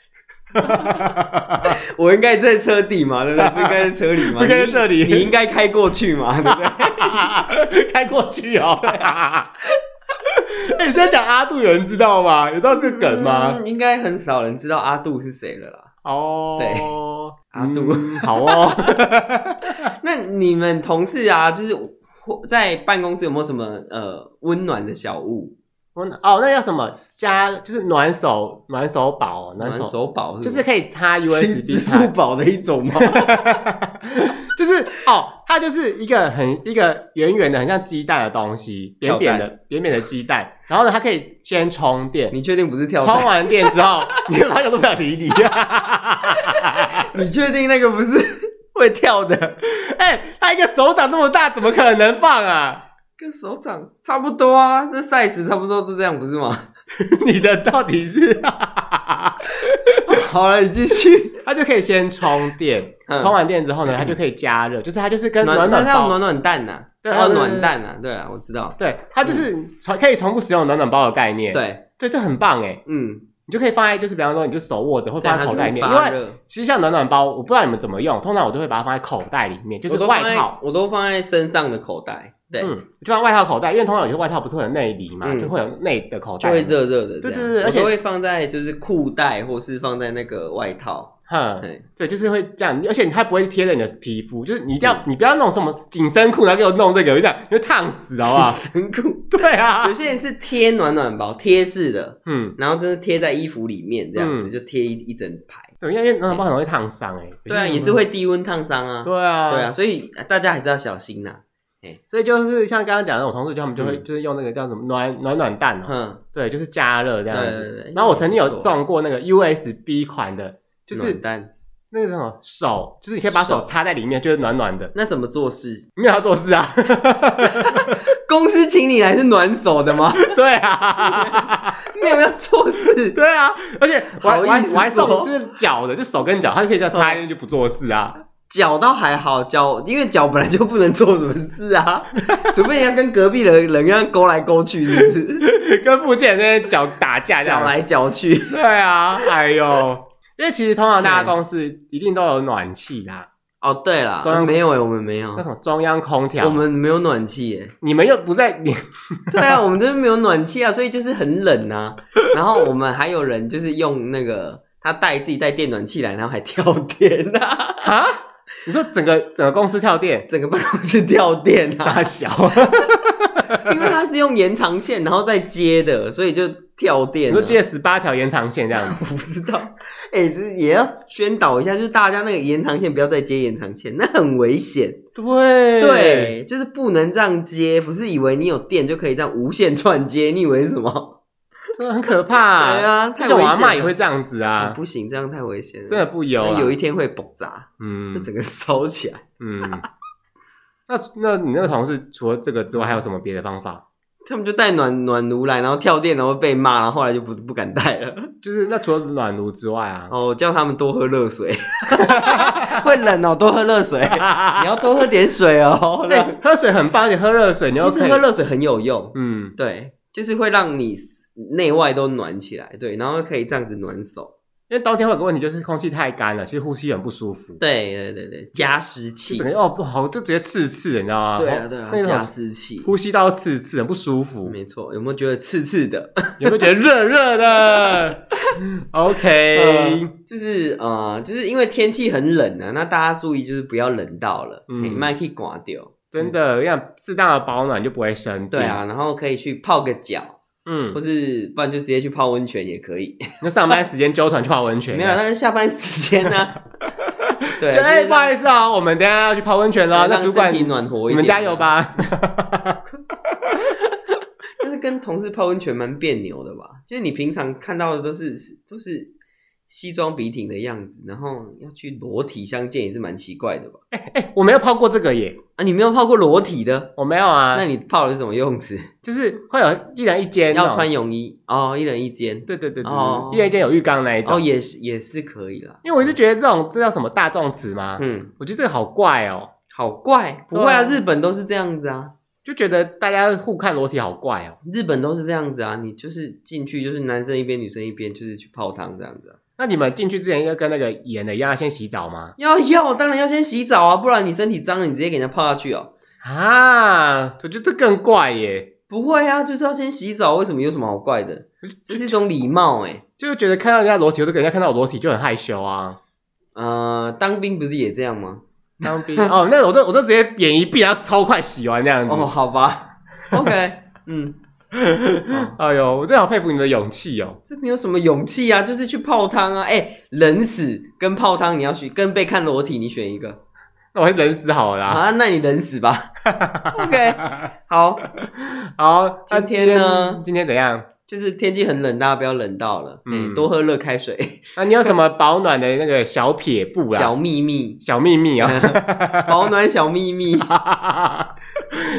我应该在车底嘛，对 [LAUGHS] 不对？不应该在车里嘛，不应该在你这里你应该开过 [LAUGHS] 去嘛，对不对？开过去哦。 [LAUGHS] 哎、你现在讲阿杜，有人知道吗？有知道这个梗吗？嗯应该很少人知道阿杜是谁了啦。哦，对阿杜嗯好哦。 [LAUGHS] 那你们同事啊，就是或在办公室有没有什么呃温暖的小物？我哦，那叫什么？加就是暖手暖手宝，暖手暖手宝就是什么可以插是 USB 支插付宝的一 [LAUGHS] 种吗？就是哦，它就是一个很一个圆圆的，很像鸡蛋的东西，扁扁的扁扁的鸡蛋。然后呢，它可以先充电，你确定不是跳充蛋？完电之后，你的朋友都不想理 [LAUGHS] 你。你确定那个不是会跳的？哎、它一个手掌那么大，怎么可能放 [LAUGHS] 啊？跟手掌差不多啊，这 size 差不多就这样，不是 [LAUGHS] 吗？你的到底是？好了，你继续。它就可以先充电，嗯充完电之后呢，它就可以加热，就是它就是跟暖 [LAUGHS] 暖暖暖要包，暖暖蛋呐、对还有对对暖蛋呐、对啊，我知道。对，它就是重可以重复使用暖暖包的概念。嗯对，对，这很棒哎，嗯，你就可以放在就是比方说你就手握着，或放但在它口就袋里会面，因发为热。其实像暖暖包，我不知道你们怎么用，通常我都会把它放在口袋里面，就是外套。我都放在，我都放在身上的口袋，对，嗯，就放外套口袋，因为通常有些外套不是会有内里嘛，嗯就会有内的口就袋。会热热的这样。对对对而且我都会放在就是裤袋，或是放在那个外套。 [LAUGHS] 哼对，对，就是会这样，而且你它不会贴着你的皮肤，就是你一定嗯要，你不要弄什么紧身裤，然后给我弄这个，这样你会烫死，好不 [LAUGHS] 好？很酷。对啊有，些人是贴暖暖包，贴式的，嗯，然后就是贴在衣服里面这样子，嗯就贴一一整排。对，因为暖暖包很容易烫伤哎。对有啊，些人也是。会低温烫伤啊。对啊，对啊，，所以大家还是要小心啊呐、所以就是像刚刚讲的，我同事就他们就会嗯就是用那个叫什么暖暖暖蛋哦，嗯，对，就是加热这样对对子对。然后我曾经有不错中过那个 USB 款的，就是暖蛋。那个叫什么手，就是你可以把手插在里面，就是暖暖的，那怎么做事？ [LAUGHS] 没有要做事啊。 [LAUGHS] 公司请你来是暖手的吗？ [LAUGHS] 对啊， [LAUGHS] 没有要做事。对啊，而且我还好我还意思我还说送就是脚的，就手跟脚，它就可以这样插进去就不做事啊。 [LAUGHS] 脚倒还好，脚因为脚本来就不能做什么事啊， [LAUGHS] 除非你要跟隔壁的人一样勾来勾去，是不是？跟附件那些脚打架这脚样。来脚去。对啊，哎呦，因为其实通常大家公司一定都有暖气啦，哦，对了中，央没有哎、我们没有那，什么中央空调，我们没有暖气耶。你们又不在你 [LAUGHS] 对啊，我们这边没有暖气啊，所以就是很冷啊。然后我们还有人就是用那个他带自己带电暖气来，然后还跳电啊， [LAUGHS] 啊？你说整个整个公司跳电，整个办公室跳电啊傻， [LAUGHS] 小，因为他是用延长线然后再接的，所以就跳你电啊说了。借十八条延长线这样子，我不知道， [LAUGHS] 哎、这也要宣导一下，就是大家那个延长线不要再接延长线，那很危险。对对，就是不能这样接，不是以为你有电就可以这样无限串接，你以为是什么？真的很可怕、啊。对啊，太而且危险我了。阿妈也会这样子啊，啊，不行，这样太危险了，真的不油那啊。有一天会爆炸，就嗯整个烧起来。 [LAUGHS] 嗯，那那你那个同事除了这个之外，还有什么别的方法？他们就带暖暖炉来，然后跳电，然后被骂，然后后来就不不敢带了。就是那除了暖炉之外啊，哦，我叫他们多喝 [LAUGHS] 热水，会冷哦，多喝热水，你要多喝点水哦。对、让喝水很棒，而且喝热水哎你又其可实以喝热水很有用，嗯，对，就是会让你内外都暖起来，对，然后可以这样子暖手。因为冬天会有个问题就是空气太干了，其实呼吸很不舒服，对对对对，加湿器整，个哦不好，就直接刺刺的，你知道吗？对啊对啊，那加种湿器，呼吸道刺刺很不舒服，没错。有没有觉得刺 [LAUGHS] 刺的？有没有觉得热热的 [LAUGHS] 嗯？OK，就是呃，就是因为天气很冷啊，那大家注意就是不要冷到了，嗯你麦可以刮掉。真的，这样适当的保暖就不会生病。对，啊，然后可以去泡个脚，嗯或，是不然就直接去泡温泉也可以。那上班时间纠团去泡温泉， [LAUGHS] 没有，啊但是下班时间呢、 [LAUGHS] 对啊就啊，哎、就是不好意思啊，我们等一下要去泡温泉了，让那主管让身体暖和一你点啊们加油吧。但是跟同事泡温泉蛮别扭的吧？就是你平常看到的都是都是西装笔挺的样子，然后要去裸体相见也是蛮奇怪的吧？ [LAUGHS] 哎，我没有泡过这个耶，啊，你没有泡过裸体的，我没有啊那，你泡的是什么游泳池？就是会有一人一间那要种，穿泳衣哦，一人一间，对，对对对哦对，一人一间有浴缸那一哦，种。也是也是可以啦。因为我就觉得这种这叫什么大众池吗？嗯，我觉得这个好怪哦，好怪，不会啊，对啊日本都是这样子啊，就觉得大家互看裸体好怪哦。日本都是这样子啊，你就是进去就是男生一边，女生一边，就是去泡汤这样子啊。那你们进去之前要跟那个演的一样，要先洗澡吗？要要，当然要先洗澡啊，不然你身体脏了，你直接给人家泡下去哦。啊，我觉得这更怪耶，不会啊，就是要先洗澡，为什么有什么好怪的？这是一种礼貌哎、就是觉得看到人家裸体，我就给人家看到我裸体就很害羞啊。呃，当兵不是也这样吗？当兵 [LAUGHS] 哦，那我都我都直接眼一闭，然后超快洗完那样子。哦，好 [LAUGHS] 吧，OK，嗯，哎呦，我真的好佩服你的勇气哦。这没有什么勇气啊，就是去泡汤啊。哎、冷死跟泡汤，你要选跟被看裸体，你选一个那我会冷死好了啦。啊？那你冷死 [LAUGHS] 吧。OK，好，好，那今天呢今天怎样？就是天气很冷，大家不要冷到了，嗯，嗯多喝热 [LAUGHS] 开水。那、你有什么保暖的那个小撇步啊？小嗯秘 [LAUGHS] 密，小秘密啊、保暖小 [LAUGHS] 秘密哦，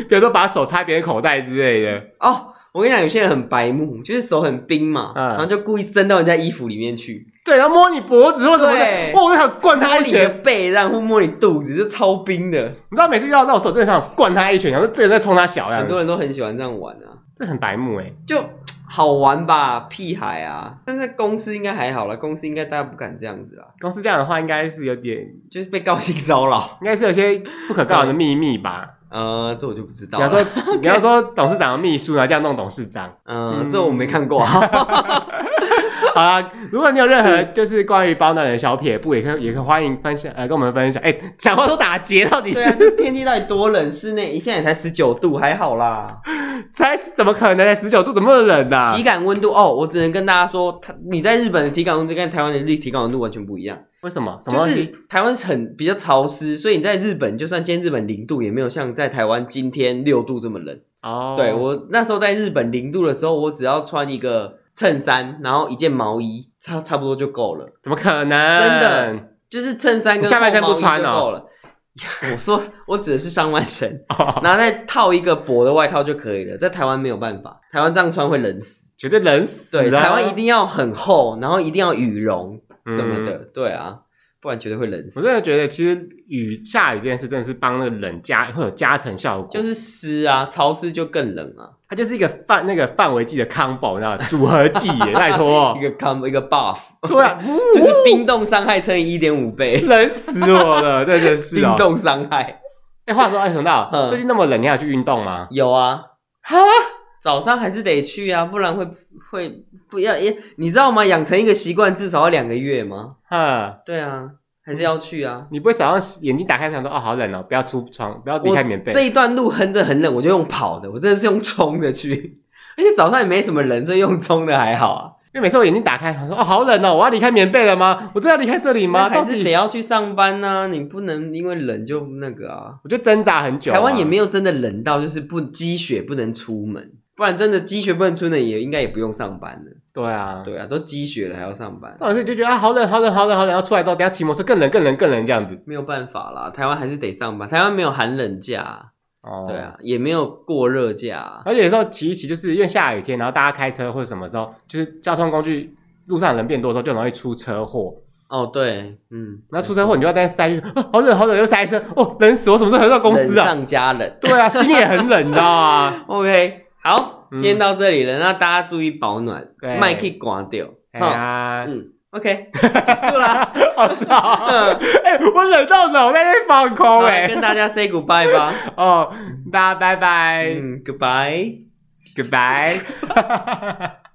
比如说把手插别人口袋之类的。哦。我跟你讲，有些人很白目，就是手很冰嘛，嗯然后就故意伸到人家衣服里面去。对，然后摸你脖子或什么对的，哇，我就想灌他摸一你的拳。背，然后摸你肚子，就超冰的。你知道每次遇到那种手，真的想灌他一拳，然后这人在冲他小很样多子，人都很喜欢这样玩啊，这很白目哎。就好玩吧，屁孩啊！但在公司应该还好啦，公司应该大家不敢这样子啦，公司这样的话，应该是有点，应就是被告性骚扰。该是有些不可告人的秘密吧。呃，这我就不知比道方了。说，比方说董事长的秘书，然后这样弄董事长。嗯、嗯这我没看过啊。 [LAUGHS] 好啦，如果你有任何就是关于保暖的小撇步，也可以也可以欢迎分享，呃，跟我们分享。哎、讲话都打结，到底是、对啊，就天气到底多冷，室内现在也才十九度，还好啦。 [LAUGHS] 才怎么可能呢？十九度怎么冷呢、啊体？感温度哦，我只能跟大家说，它你在日本的体感温度跟台湾的日体感温度完全不一样。为什么？什么就东西？是台湾很比较潮湿，所以你在日本就算今天日本零度，也没有像在台湾今天六度这么冷。哦，对我那时候在日本零度的时候，我只要穿一个衬衫，然后一件毛衣，差差不多就够了。怎么可能？真的就是衬衫你跟下半身厚毛不衣穿就哦够了。 [LAUGHS] 我说我指的是上半身， [LAUGHS] 哦，然后再套一个薄的外套就可以了。在台湾没有办法，台湾这样穿会冷死。绝对冷死、啊。对，台湾一定要很厚，然后一定要羽绒嗯怎么的，对啊，不然绝对会冷我死。真的觉得，其实雨下雨这件事真的是帮那个冷加会有加成效果，就是湿啊，潮湿就更冷啊，它就是一个范那个范围剂的 combo，那组合 [LAUGHS] 技耶，拜托一。个 com 一个 buff，对啊， [LAUGHS] [LAUGHS] 就是冰冻伤害乘以一点五倍，冷死我了，真的 [LAUGHS] 是 [LAUGHS] 冰哦。冻伤害哎、话说，哎，熊嗯到最近那么冷，你还有去运动吗？有啊，哈，早上还是得去啊，不然会会不要，也你知道吗？养成一个习惯至少要两个月吗？哈，对啊，还是要去啊。你不会早上眼睛打开想说，哦，好冷哦，不要出床，不要离开棉被我。这一段路很的很冷，我就用跑的，我真的是用冲的去， [LAUGHS] 而且早上也没什么人，所以用冲的还好啊。因为每次我眼睛打开，想说，哦，好冷哦，我要离开棉被了吗？我真的要离开这里吗？那到还是得底？要去上班呐、你不能因为冷就那个啊。我就挣扎很久、台湾也没有，有真的冷到就是不积雪不能出门，不然真的积雪不能出门也应该也不用上班了。对啊，对啊，都积雪了还要上班，到底是就觉得啊，好冷，好冷，好冷，好冷，然后出来之后，等一下骑摩托车更冷，更冷，更冷这样子。没有办法啦，台湾还是得上班。台湾没有寒冷假，哦对，啊，也没有过热假。而且有时候骑一骑，就是因为下雨天，然后大家开车或者什么时候，就是交通工具路上人变多的时候，就容易出车祸。哦，对，嗯，然后出车祸，你就要在塞，啊好冷，好冷，又塞车，哦，冷死我！什么时候回到公司冷啊？上加冷。对啊，心也很冷，你知道 [LAUGHS] 吗？ OK，好，嗯今天到这里了，那大家注意保暖，对麦可以刮掉。哎哈呀，嗯，OK，结束啦。 [LAUGHS] 哦是啊，嗯，哎，我冷到脑袋在放空 [LAUGHS] 好哎。跟大家 say goodbye [LAUGHS] 吧。哦，大家拜拜哎嗯嗯，goodbye。 [LAUGHS] ，goodbye。